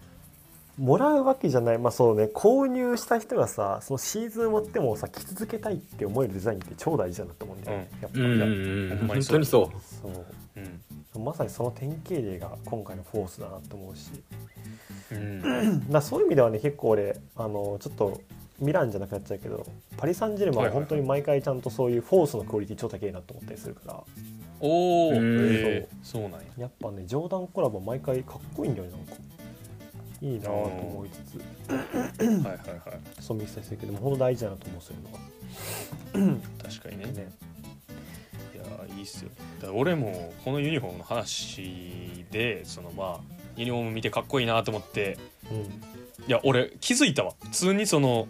Speaker 3: もらうわけじゃないまあそうね購入した人がさそのシーズン終わってもさ着続けたいって思えるデザインって超大事だなと思うんだよね、やっぱ
Speaker 2: う
Speaker 3: り、
Speaker 2: んうんう
Speaker 1: ほん
Speaker 2: ん。
Speaker 1: まに
Speaker 2: 本
Speaker 1: そう
Speaker 2: 当にそう。
Speaker 3: そう
Speaker 1: ううん、
Speaker 3: まさにその典型例が今回のフォースだなと思うし
Speaker 1: うん、
Speaker 3: だからそういう意味ではね結構俺あのちょっとミランじゃなくなっちゃうけどパリ・サンジェルマンは本当に毎回ちゃんとそういうフォースのクオリティ超高いなと思ったりするから
Speaker 1: おお、
Speaker 2: うん
Speaker 1: えーそうなんや
Speaker 3: やっぱね冗談コラボ毎回かっこいいんだよねなんかいいなぁと思いつつ
Speaker 1: はいはいはい
Speaker 3: そう見せたりするけどでもほんと大事だなと思うそういうのが
Speaker 1: 確かにね
Speaker 3: ね
Speaker 1: いやーいいっすよだから俺もこのユニフォームの話でそのまあユニフォーム見てかっこいいなと思って
Speaker 3: うん
Speaker 1: いや俺気づいたわ普通にその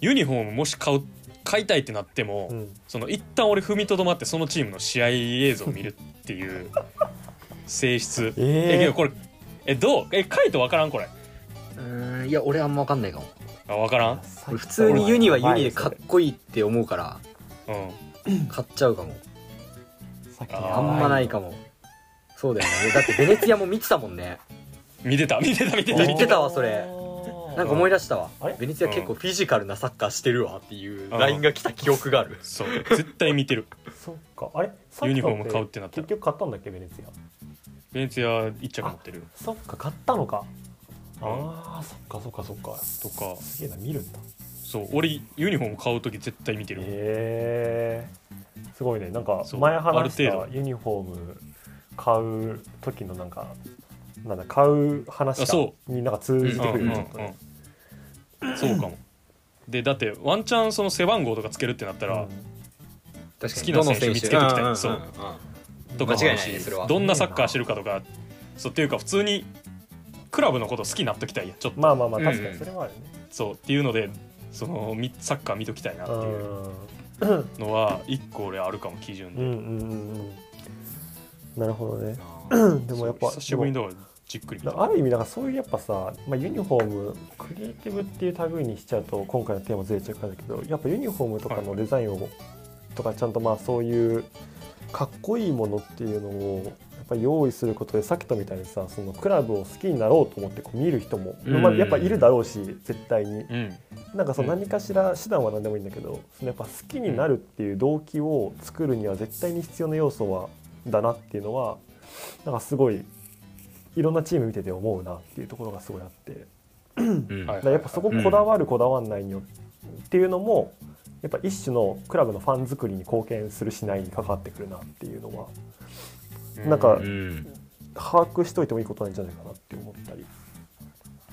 Speaker 1: ユニフォームもし買う買いたいってなっても、
Speaker 3: うん
Speaker 1: その一旦俺踏みとどまってそのチームの試合映像を見るっていう 性質
Speaker 3: え
Speaker 1: えけど
Speaker 3: え
Speaker 1: これえどうえカイト分からんこれ
Speaker 2: うーんいや俺あんま分かんないかも
Speaker 1: あ分からん
Speaker 2: 俺普通にユニはユニでかっ
Speaker 3: っ
Speaker 2: こいいって思うから
Speaker 1: うん
Speaker 2: 買っちゃうかも
Speaker 1: あー
Speaker 2: あんまないかもそうだよねだってベネツィアも見てたもん ね
Speaker 1: 見てた見てた見て
Speaker 2: いや
Speaker 1: た
Speaker 2: 言ってたわそれな
Speaker 3: なんん
Speaker 2: か
Speaker 3: か
Speaker 2: 思い出したわ
Speaker 3: あれ
Speaker 2: ベネツィア結構フィジカルなサッカーしてるわっていう
Speaker 1: うん
Speaker 2: LINE が来た記憶がある
Speaker 1: そう絶対見てる
Speaker 3: そっかあれ
Speaker 1: ユニフォーム買うってなったら
Speaker 3: 結局買ったんだっけベネツィア
Speaker 1: ベネツィア1着持ってる
Speaker 3: そっか買ったのかあーそっかそっかそっか
Speaker 1: とか
Speaker 3: すげえな見るんだ
Speaker 1: そう俺ユニフォーム買う時絶対見てる、
Speaker 3: へえすごいねなんか
Speaker 1: そう
Speaker 3: 前話し
Speaker 1: ある程
Speaker 3: たユニフォーム買う時のなんかなんだ買う話
Speaker 1: あ
Speaker 3: が
Speaker 1: そ
Speaker 3: になんか通じてくる
Speaker 1: うんう
Speaker 3: よち
Speaker 1: ん
Speaker 3: ょっとね
Speaker 1: うんそうかもでだってワンチャンその背番号とかつけるってなったら、
Speaker 2: 確か
Speaker 1: 好
Speaker 2: に
Speaker 1: き
Speaker 2: ど
Speaker 1: な
Speaker 2: の
Speaker 1: 選手
Speaker 2: 選手
Speaker 1: 見つけておきたい
Speaker 2: んんんん
Speaker 1: そう
Speaker 3: うん
Speaker 1: とかもあ
Speaker 2: 間
Speaker 1: る
Speaker 2: 違いないね
Speaker 1: し
Speaker 2: それは
Speaker 1: どんなサッカーしてるかとかそうっていうか普通にクラブのこと好きになっときたいやんちょっと、
Speaker 3: まあまあまあ
Speaker 2: うんうん
Speaker 3: 確かにそれはあるね
Speaker 1: そうっていうのでそのみサッカー見ときたいなっていうのは一個俺あるかも基準
Speaker 3: う
Speaker 1: で、
Speaker 3: んうんうんうんなるほどね
Speaker 2: うん
Speaker 3: でもやっぱ
Speaker 1: 久しぶりにだからじっくり見
Speaker 3: で
Speaker 1: た
Speaker 3: もある意味だからそういうやっぱさ、まあ、ユニフォームクリエイティブっていう類にしちゃうと今回のテーマずれちゃうからだけどやっぱユニフォームとかのデザインを、とかちゃんとまあそういうかっこいいものっていうのをやっぱ用意することでさっきとみたいにさそのクラブを好きになろうと思ってこう見る人も、
Speaker 2: うん
Speaker 3: まあ、やっぱいるだろうし絶対に
Speaker 1: うん
Speaker 3: なんかその
Speaker 1: うん
Speaker 3: 何かしら手段は何でもいいんだけどそのやっぱ好きになるっていう動機を作るには絶対に必要な要素はだなっていうのはなんかすごいいろんなチーム見てて思うなっていうところがすごいあってだ
Speaker 2: うん
Speaker 1: はい
Speaker 3: からやっぱそここだわるこだわんないによっていうのもやっぱ一種のクラブのファン作りに貢献するしないに関わってくるなっていうのはなんか
Speaker 1: う
Speaker 2: うん
Speaker 3: 把握しといてもいいことなんじゃないかなって思ったり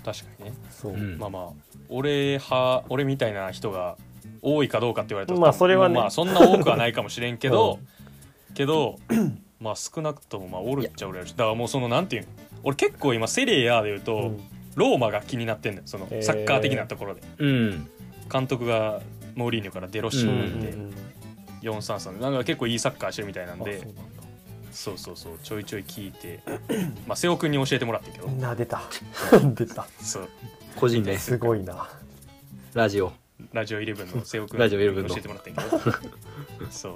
Speaker 1: 確かにね
Speaker 3: そう、
Speaker 2: うん
Speaker 1: まあまあ俺派俺みたいな人が多いかどうかって言われたら
Speaker 3: まあそれはね
Speaker 1: まあそんな多くはないかもしれんけど、 けどまあ少なくともまあおるっちゃおるやろしだからもうそのなんていうの俺結構今セリエ A で言うと、
Speaker 3: うん
Speaker 1: ローマが気になってんだよその
Speaker 3: へー
Speaker 1: サッカー的なところで、
Speaker 2: うん
Speaker 1: 監督がモーリーニョからデロッシ
Speaker 3: うん
Speaker 1: になっ
Speaker 3: うんう
Speaker 1: て
Speaker 3: ん
Speaker 1: 433なんか結構いいサッカーしてるみたいなん
Speaker 3: あ
Speaker 1: で
Speaker 3: そうなんだ
Speaker 1: そうそうそうちょいちょい聞いて まあ瀬尾君に教えてもらってんけど
Speaker 3: な 出た出た
Speaker 1: そう
Speaker 2: 個人です
Speaker 3: ごいな
Speaker 2: ラジオ
Speaker 1: ラジオイレブンの瀬尾君
Speaker 2: ラジオ11の
Speaker 1: 教えてもらってんけど そう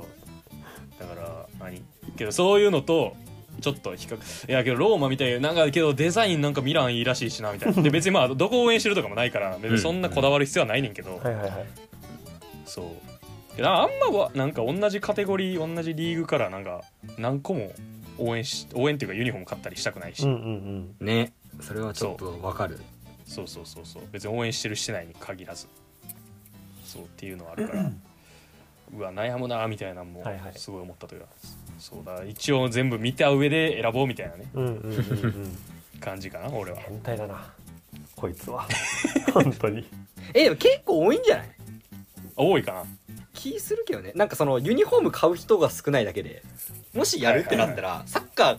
Speaker 1: だから何けどそういうのとちょっと比較いやけどローマみたいななんかけどデザインなんかミランいいらしいしなみたい なで別にまあどこ応援してるとかもないから別にそんなこだわる必要はないねんけど、
Speaker 3: はいはいはい
Speaker 1: そうけどあんまはなんか同じカテゴリー同じリーグからなんか何個も応援し応援っていうかユニフォーム買ったりしたくないし、
Speaker 3: うんうん
Speaker 2: ねそれはちょっとわかる
Speaker 1: そうそうそうそう別に応援してるしてないに限らずそうっていうのはある からうわ悩むなみたいなのも
Speaker 3: はいはい
Speaker 1: すごい思ったというか、そうだ一応全部見た上で選ぼうみたいなね
Speaker 3: うんうんうんうんうん
Speaker 1: 感じかな俺は
Speaker 3: 変態だなこいつ は本当に
Speaker 2: えでも結構多いんじゃない
Speaker 1: 多いかな
Speaker 2: 気するけどねなんかそのユニフォーム買う人が少ないだけでもしやるってなったらサッカー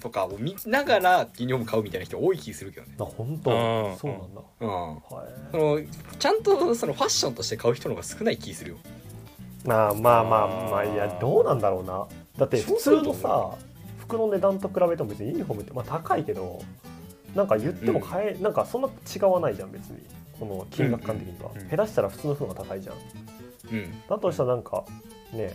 Speaker 2: とかを見ながらユニフォーム買うみたいな人多い気するけどね
Speaker 3: な本当
Speaker 1: うん
Speaker 3: そうなんだ
Speaker 2: うんそ
Speaker 3: は
Speaker 2: のちゃんとそのファッションとして買う人の方が少ない気するよ
Speaker 3: いまあまあまあまあ
Speaker 1: あー
Speaker 3: いやどうなんだろうなだって普通の
Speaker 2: そうだ
Speaker 3: さ服の値段と比べても別にユニフォームってまあ高いけどなんか言っても買え、なんかそんな違わないじゃん別にこの金額感的には、
Speaker 1: うんうんうん
Speaker 3: 下手したら普通の服の方が高いじゃん
Speaker 2: うん
Speaker 3: だとしたらなんかね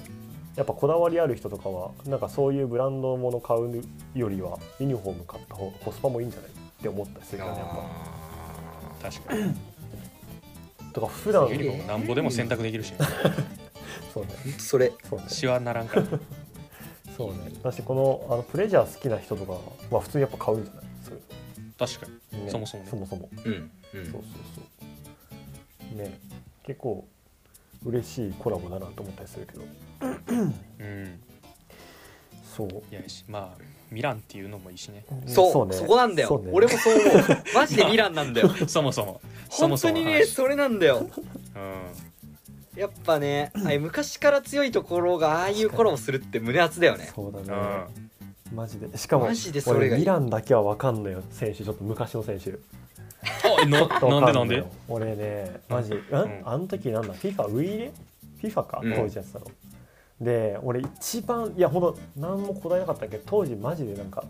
Speaker 3: やっぱこだわりある人とかはなんかそういうブランドのもの買うよりはユニフォーム買った方がコスパもいいんじゃないって思ったりするよねやっ
Speaker 2: あ
Speaker 1: 確かに
Speaker 3: ぱとか普段
Speaker 1: ユニフォームなんぼでも選択できるし
Speaker 3: そうね
Speaker 2: ーそれ
Speaker 3: そうね
Speaker 1: シワにならんから
Speaker 3: そうねだしこのあのプレジャー好きな人とかは普通にやっぱ買うんじゃないそういう
Speaker 1: 確かに
Speaker 3: のね
Speaker 1: そもそもね
Speaker 3: そもそも
Speaker 2: うんう
Speaker 3: そうんそうそうね結構嬉しいコラボだなと思ったりするけど
Speaker 1: うん
Speaker 3: そう
Speaker 1: いやしまあミランっていうのもいいしね
Speaker 2: そうそ
Speaker 3: ね
Speaker 2: こなんだよ、
Speaker 3: そうね
Speaker 2: 俺もそう思うマジでミランなんだよ
Speaker 1: そもそもそも
Speaker 2: 本
Speaker 1: そ
Speaker 2: 当
Speaker 1: も
Speaker 2: に
Speaker 1: の
Speaker 2: ね
Speaker 1: 話
Speaker 2: それなんだよ
Speaker 1: うん
Speaker 2: やっぱねああいう昔から強いところがああいうコラボするって胸熱だよね
Speaker 3: そうだね
Speaker 1: うん
Speaker 3: マジでしかも
Speaker 2: マジでそれがいい
Speaker 3: 俺ミランだけは分かんないよ選手ちょっと昔の選手
Speaker 1: あえななんでなん
Speaker 3: わ
Speaker 1: で
Speaker 3: かのよ俺ねマジ、
Speaker 1: うん
Speaker 3: うん、あの時なんだ FIFA ウイイレ FIFA か
Speaker 2: うん
Speaker 3: 当時やってたの、で俺一番いやほんと何も答えなかったけど当時マジでなんか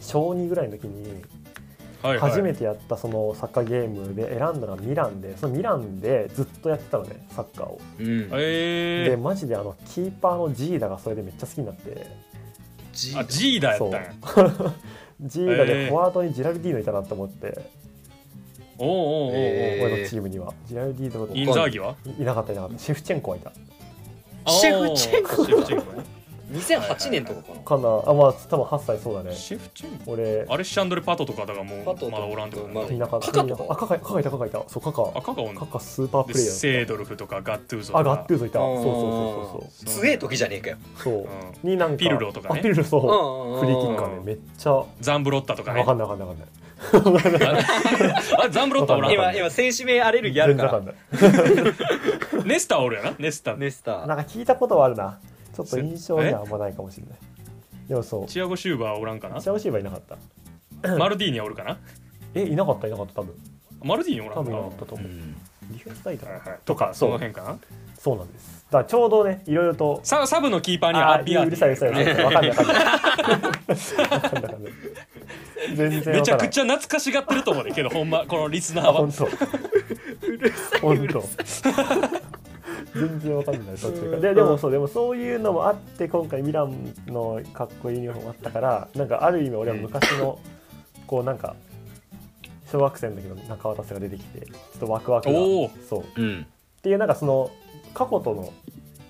Speaker 3: 小2ぐらいの時に
Speaker 1: はいはい
Speaker 3: 初めてやったそのサッカーゲームで選んだのがミランでそのミランでずっとやってたのねサッカーを、
Speaker 2: うん
Speaker 1: え
Speaker 3: で
Speaker 1: ー
Speaker 3: マジであのキーパーのジーダがそれでめっちゃ好きになって
Speaker 2: ジ
Speaker 1: あジーダやったんや
Speaker 3: ジーダ
Speaker 1: え
Speaker 3: で
Speaker 1: ー
Speaker 3: フォワードにジェラルディーノいたなと思って、
Speaker 1: おうおうおうおう
Speaker 2: え
Speaker 3: 俺のチームにはジェラルディーノと
Speaker 1: インザーギはい
Speaker 3: なかったいなかったシェフチェンコはいた
Speaker 2: シェフチェンコ
Speaker 1: あーシェフチェンコね
Speaker 2: 2008年とかかな
Speaker 3: かなあまあ多分8歳そうだね
Speaker 1: シェフチェンコ
Speaker 3: 俺
Speaker 1: アレッシャンドル・パトとかだからもう
Speaker 2: パトと
Speaker 1: まだおらんってこと
Speaker 2: ま
Speaker 1: ね
Speaker 2: だ
Speaker 3: いなかった
Speaker 2: カカとか
Speaker 3: あカカカカいたカカいたそうカ
Speaker 1: あ
Speaker 3: カ
Speaker 1: カカオン
Speaker 3: カカスーパー
Speaker 1: で
Speaker 3: プレイヤー
Speaker 1: セードルフとかガットゥーゾとか
Speaker 3: あガッテューゾいたそうそう
Speaker 1: そう
Speaker 2: 強え時じゃねえかよ
Speaker 3: そうそ
Speaker 1: う
Speaker 3: うそう
Speaker 1: ん
Speaker 3: そうになんか
Speaker 1: ピルロとかね
Speaker 3: あピルロそうフリーキッ
Speaker 2: ク
Speaker 3: カー
Speaker 1: う
Speaker 3: ね
Speaker 1: ん
Speaker 3: めっちゃわ
Speaker 1: ザンブロッタとかね
Speaker 3: かんないわかんないわかんない
Speaker 1: あれザンブロッタおら
Speaker 3: わか
Speaker 1: ん
Speaker 2: 今今選手名アレルギーある
Speaker 3: 全然
Speaker 2: か
Speaker 3: わからんない
Speaker 1: ネスタおるやなネスタ
Speaker 2: ネスター
Speaker 3: なんか聞いたことはあるなちょっと印象にはあんまないかもしれないでもそう
Speaker 1: チアゴ・シューバーおらんか
Speaker 3: シャオシーバーいなかった
Speaker 1: なマルディーニャおるかな
Speaker 3: えいなかったいなかった多分
Speaker 1: マルディーニャおら
Speaker 3: 多
Speaker 1: んか
Speaker 3: 分い
Speaker 1: な
Speaker 3: な
Speaker 1: は
Speaker 3: かったと
Speaker 2: う
Speaker 3: 思うんディフェンスライター
Speaker 1: いはい
Speaker 3: とか
Speaker 1: そ
Speaker 3: そ
Speaker 1: の
Speaker 3: う
Speaker 1: 辺かな
Speaker 3: そうなんですだからちょうどねいろいろと
Speaker 1: ササブのキーパーに
Speaker 3: あ
Speaker 1: ア
Speaker 3: あ
Speaker 1: ピア
Speaker 3: うるさいうるさいう るさいわかんないわかんないわかんないわかんない全然
Speaker 1: め
Speaker 3: わ
Speaker 1: ちゃ
Speaker 3: かんな
Speaker 1: く
Speaker 3: い
Speaker 1: ちゃ懐かしがってると思うねんけどほんまこのリスナー
Speaker 3: あ
Speaker 1: は
Speaker 3: 本当本当全然わかんない途中からででもそうでもそういうのもあって今回ミランのかっこいいユニフォームあったからなんかある意味俺は昔のこうなんか小学生の時の中渡せが出てきてちょっとワクワクが
Speaker 1: おお
Speaker 3: そうっ
Speaker 2: うん
Speaker 3: ていうなんかその過去との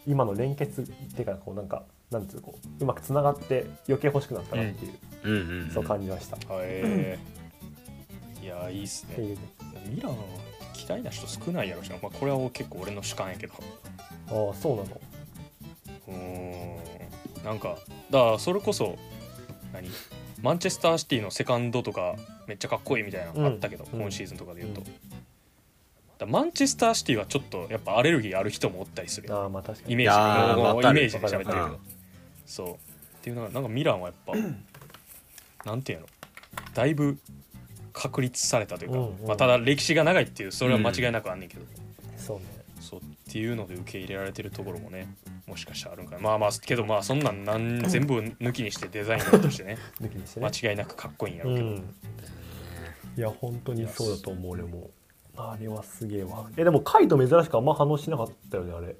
Speaker 3: 今の連結っていうかこうなんかなんつうのこううまくつながって余計欲しくなったなっていう、
Speaker 2: うんうん
Speaker 3: そう感じました、っ
Speaker 1: へーいやいいっす
Speaker 3: て
Speaker 1: ね
Speaker 3: いうね
Speaker 1: ミラン嫌いな人少ないやろしな、まあ、これは結構俺の主観やけど
Speaker 3: ああそうなの
Speaker 1: うーんなんかだからそれこそ何マンチェスターシティのセカンドとかめっちゃかっこいいみたいなのあったけど、
Speaker 3: うん
Speaker 1: 今シーズンとかで言うと、
Speaker 3: うん
Speaker 1: だからマンチェスターシティはちょっとやっぱアレルギーある人もおったりする
Speaker 3: ああまあ確か
Speaker 1: イ
Speaker 3: に
Speaker 1: メージ
Speaker 2: いやー
Speaker 1: もう
Speaker 2: わ
Speaker 1: イ
Speaker 2: かる
Speaker 1: メージで喋ってるけ
Speaker 2: わかる
Speaker 1: どそうっていうのがなんかミランはやっぱなんていうのだいぶ確立されたというか、
Speaker 3: うんうん
Speaker 1: まあ、ただ歴史が長いっていうそれは間違いなくあんねんけど、
Speaker 3: そうね
Speaker 1: そうっていうので受け入れられてるところもねもしかしたらあるんかなまあまあけどまあそんなんなん全部抜きにしてデザイナーとしてね
Speaker 3: 抜きにしてね
Speaker 1: 間違いなくかっこいいんや
Speaker 3: う
Speaker 1: ろうけど、
Speaker 3: ん、いや本当にそうだと思う俺もあれはすげえわえでもカイト珍しくあんま反応しなかったよねあれ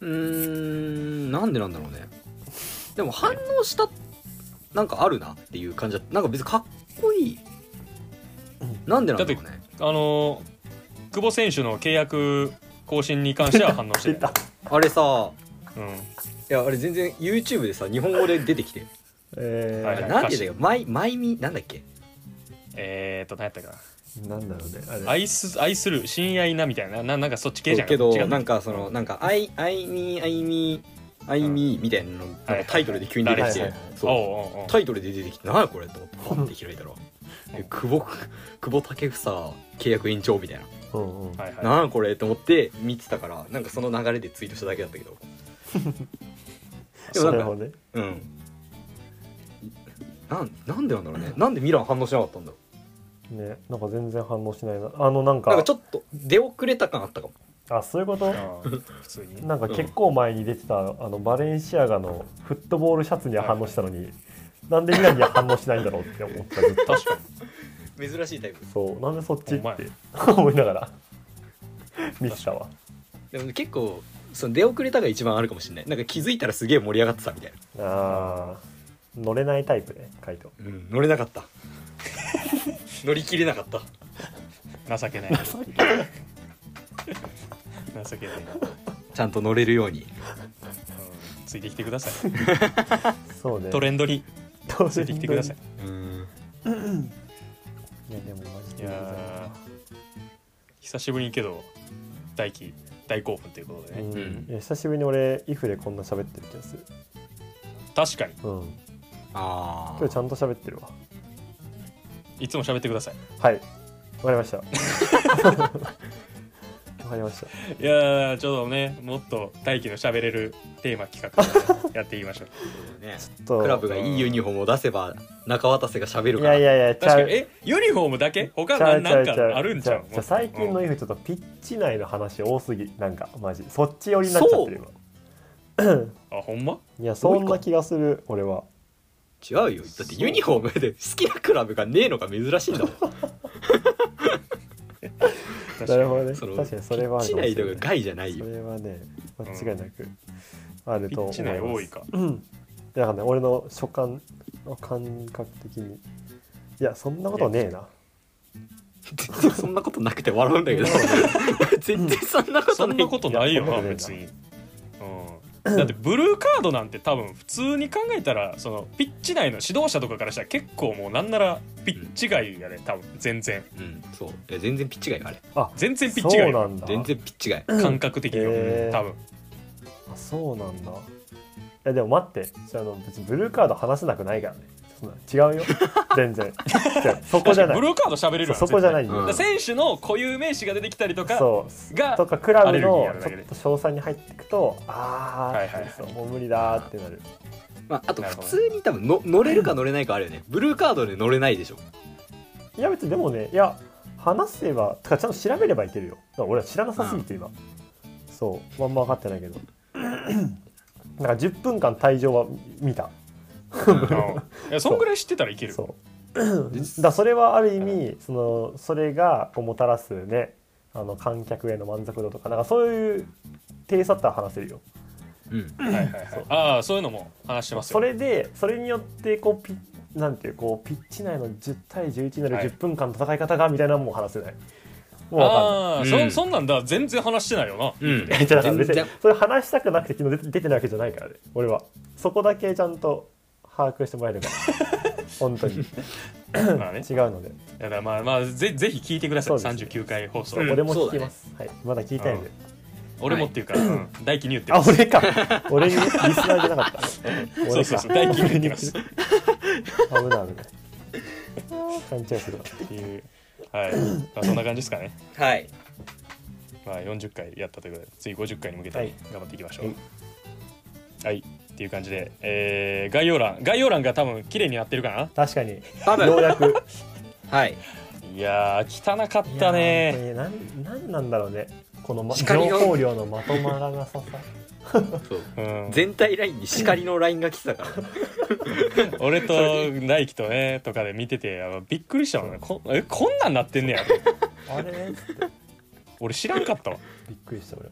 Speaker 2: うーんなんでなんだろうねでも反応したなんかあるなっていう感じだなんか別にかっこいいなんでなんだろうね
Speaker 1: あのー久保選手の契約更新に関しては反応して
Speaker 3: 出
Speaker 1: ない
Speaker 3: た、
Speaker 2: あれさ
Speaker 1: うん、
Speaker 2: いやあれ全然 YouTube でさ日本語で出てきて
Speaker 3: えー
Speaker 1: は
Speaker 2: あ
Speaker 1: い
Speaker 2: れなんて言うんだっけマイマイミなんだっけ
Speaker 1: えー、っと何やったかな
Speaker 3: なんだろうねあれ
Speaker 1: 愛す愛する親愛なみたいなななんかそっち系じゃん
Speaker 2: け
Speaker 1: 違
Speaker 2: ど
Speaker 1: う
Speaker 2: なんかそのなんか「アイアイミーアイミーアイミー」みたいなのなんかタイトルで急に出てき
Speaker 3: はい
Speaker 2: て
Speaker 3: はいはい
Speaker 1: おう
Speaker 2: そう
Speaker 1: おうおう
Speaker 2: タイトルで出てきて「何やこれ?」と思ってパッて開いたら「え久保久保建英契約延長」みたいな
Speaker 3: うんうん
Speaker 1: はいはい
Speaker 2: なんこれと思って見てたからなんかその流れでツイートしただけだったけどでも
Speaker 3: そ
Speaker 2: な
Speaker 3: れ
Speaker 2: ん
Speaker 3: を
Speaker 2: か
Speaker 3: ね
Speaker 2: うんなんなんでなんだろうねなんでミラン反応しなかったんだろ
Speaker 3: ねなんか全然反応しないなあのなん
Speaker 2: う
Speaker 3: か
Speaker 2: なんかちょっと出遅れた感あったかも
Speaker 3: あそういうこと
Speaker 1: あー普通に
Speaker 3: なんか結構前に出てた、あのバレンシアガのフットボールシャツには反応したのに、なんでミランには反応しないんだろうって思ったずっと
Speaker 1: 確かに
Speaker 2: 珍しいタイプ
Speaker 3: そうなんでそっちっ
Speaker 1: ほんま
Speaker 3: て思いながら見てたわ
Speaker 2: でも結構その出遅れたが一番あるかもしれないなんか気づいたらすげえ盛り上がってたみたいな、
Speaker 3: あー乗れないタイプねカイト
Speaker 2: うん、乗れなかった 乗り切れなかった
Speaker 1: 情けない 情けないな、うん
Speaker 2: ちゃんと乗れるように
Speaker 1: ついてきてください
Speaker 3: そうね
Speaker 1: トレンドに
Speaker 3: トレンド
Speaker 1: つい
Speaker 3: に
Speaker 1: てきてください
Speaker 2: うん
Speaker 3: いやでもマジ
Speaker 1: い
Speaker 3: で
Speaker 1: やー久しぶりにけど大気大興奮ということでね、
Speaker 3: うん
Speaker 2: うん
Speaker 3: いや久しぶりに俺イフでこんな喋ってる気がする
Speaker 1: 確かに
Speaker 3: うん
Speaker 2: あ
Speaker 3: 今日ち
Speaker 2: あ
Speaker 3: ゃんと喋ってるわ
Speaker 1: いつも喋ってください
Speaker 3: はいわかり ましたわかりました
Speaker 1: いやーちょっとねもっと大気の喋れるテーマ企画 をねやっていきましょう
Speaker 2: ね
Speaker 3: と
Speaker 2: クラブがいいユニフォームを出せば中渡瀬が喋る
Speaker 3: い
Speaker 2: から
Speaker 3: やいやいやち
Speaker 1: 確
Speaker 3: ゃ
Speaker 1: か
Speaker 3: う
Speaker 1: にえユニフォームだけ他
Speaker 3: ちゃ
Speaker 1: ななん
Speaker 3: うちゃうち
Speaker 1: か
Speaker 3: ゃう
Speaker 1: あるんじゃん
Speaker 3: じゃあ最近の
Speaker 1: うん
Speaker 3: イフちょっとピッチ内の話多すぎなんかマジそっち寄りになっちゃってる
Speaker 1: あほんま
Speaker 3: 今いやそんな気がする俺は
Speaker 2: 違うよだってユニフォームで好きなクラブがねえのが珍しいんだもん
Speaker 1: 確か
Speaker 3: な
Speaker 1: に
Speaker 3: るほどね
Speaker 2: そ の
Speaker 3: 確かにそれはある
Speaker 2: 市
Speaker 3: かも
Speaker 2: 内
Speaker 3: し
Speaker 2: と
Speaker 3: れ
Speaker 2: か
Speaker 3: ない
Speaker 2: 害じゃない
Speaker 3: そ
Speaker 2: よ
Speaker 3: れはね間違いなくある
Speaker 1: ピ
Speaker 3: と思
Speaker 1: ッ
Speaker 3: います、
Speaker 1: チ内多いか
Speaker 3: うんだからね俺の所感の感覚的にいやそんなことねえな
Speaker 2: 全然そんなことなくて笑うんだけど 全然そんなこと
Speaker 1: そ
Speaker 2: なんい
Speaker 1: なことないよ
Speaker 3: い
Speaker 1: な
Speaker 3: やそんなこと
Speaker 1: 別
Speaker 3: な
Speaker 1: にうんだってブルーカードなんて多分普通に考えたらそのピッチ内の指導者とかからしたら結構もうなんならピッチ外やね多分全然
Speaker 2: うんそういや全然ピッチ外よあれ
Speaker 3: あ
Speaker 1: 全然ピッチ
Speaker 3: そう
Speaker 1: 外
Speaker 3: な
Speaker 1: よ
Speaker 3: んだ
Speaker 2: 全然ピッチ外
Speaker 1: 感覚的には
Speaker 3: へー
Speaker 1: 多分
Speaker 3: あそうなんだえでも待ってその別にブルーカード話せなくないからねそんな違うよ全然違うそこじゃない
Speaker 1: ブルーカード喋れる
Speaker 3: そう
Speaker 1: わ
Speaker 3: そこじゃない
Speaker 1: 絶
Speaker 3: んだ
Speaker 1: 対
Speaker 3: よ、
Speaker 2: うん
Speaker 1: だから選手の固有名詞が出てきたりとか
Speaker 3: そう
Speaker 1: が
Speaker 3: とかクラブのちょ
Speaker 1: アレルギーあるだけ
Speaker 3: っ
Speaker 1: で
Speaker 3: と詳細に入っていくとああ、
Speaker 1: はいはいはい
Speaker 3: そうもう無理だーってなる
Speaker 2: まあ、あと
Speaker 1: な
Speaker 2: 普
Speaker 1: るほど
Speaker 2: 通に多分の乗れるか乗れないかあるよねブルーカードで乗れないでしょ
Speaker 3: いや別にでもねいや話せばとかちゃんと調べればいけるよだから俺は知らなさすぎて今、そうまんま分かってないけど なんか10分間退場は見た
Speaker 1: うんいやそんぐらい知ってたらいける
Speaker 3: そうだそれはある意味そのそれがこうもたらすねあの観客への満足度とかなんかそういう体差だったら話せるよ
Speaker 2: うん
Speaker 1: はいはいはい
Speaker 3: そう
Speaker 1: ああそういうのも話してます
Speaker 3: そ
Speaker 1: よ
Speaker 3: れでそれによってこうピなんていうこうピッチ内の10対11になる
Speaker 1: はい
Speaker 3: 10分間の戦い方がみたいなのも話せないもう分かんない
Speaker 1: ああ
Speaker 2: わかんない
Speaker 1: ーそそんなんだ全然話してないよな
Speaker 2: うん
Speaker 3: いやだから別に
Speaker 2: 全然
Speaker 3: それ話したくなくて昨日出て出てないわけじゃないからね俺はそこだけちゃんと把握してもらえるから 本当に違う
Speaker 1: まあね
Speaker 3: ので
Speaker 1: いやだからまあまあぜぜひ聞いてください
Speaker 3: そうです
Speaker 1: 39回放送
Speaker 2: うん
Speaker 3: 俺も聞きます、はい、まだ聞いたいので、
Speaker 1: 俺もっていうかうん大輝に言って
Speaker 3: あ
Speaker 1: ます
Speaker 3: 俺か俺にリスナーじゃなかったね 俺
Speaker 1: そうそう
Speaker 3: か
Speaker 1: そう大輝に言って ます
Speaker 3: 危ない危ない勘違いするな
Speaker 1: っていうはいまあそんな感じですかね
Speaker 2: はい
Speaker 1: まあ、40回やったということで次50回に向けて
Speaker 3: はい
Speaker 1: 頑張っていきましょ。
Speaker 3: はいう
Speaker 1: はい、っていう感じで、えー概要欄概要欄が多分綺麗になってるか
Speaker 3: 確かによ
Speaker 2: 多分
Speaker 3: うやく
Speaker 2: はい
Speaker 1: ないやー汚かっ
Speaker 3: い
Speaker 1: た
Speaker 3: や
Speaker 1: ね
Speaker 3: ー本当になんなんなんだろうねこの、ま、
Speaker 2: 視
Speaker 3: 情
Speaker 2: 界を
Speaker 3: 報量のまとまらなささ
Speaker 2: そう
Speaker 1: うん、
Speaker 2: 全体ラインに叱りのラインが来てたから
Speaker 1: 俺と大輝とねとかで見ててあのびっくりしたもんねこえこんなんなってんねやと思って
Speaker 3: あれっつって
Speaker 1: 俺知らんかったわ
Speaker 3: びっくりした俺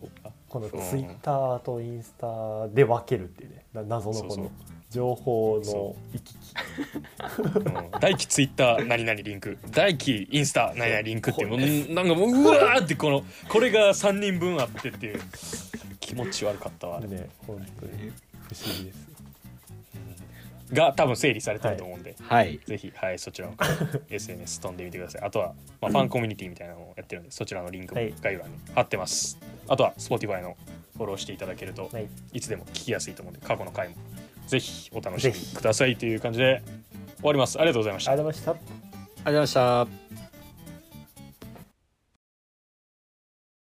Speaker 3: このツイッターとインスタで分けるっていうねな謎のこ
Speaker 1: そうそ
Speaker 3: の
Speaker 1: う
Speaker 3: 情報の
Speaker 1: そ
Speaker 3: 行き来
Speaker 1: うん大輝ツイッター何々リンク大輝インスタ何々リンクっていうもうなんかもううわーってこのこれが3人分あってっていう気持ち悪かったわあれ
Speaker 3: ね本当に不思議です
Speaker 1: が多分整理されてると思うんで、
Speaker 2: はい
Speaker 1: ぜひ、はい、そちらの 方 SNS 飛んでみてください。あとは、まあ、ファンコミュニティみたいなのをやってるんで、そちらのリンクも
Speaker 3: はい
Speaker 1: 概要欄に貼ってます。あとは、Spotify のフォローしていただけると、
Speaker 3: はい
Speaker 1: いつでも聞きやすいと思うんで、過去の回もぜひお楽しみくださいという感じで終わります。ありがとうございました
Speaker 3: あ。りがとうございました
Speaker 2: ありがとうございました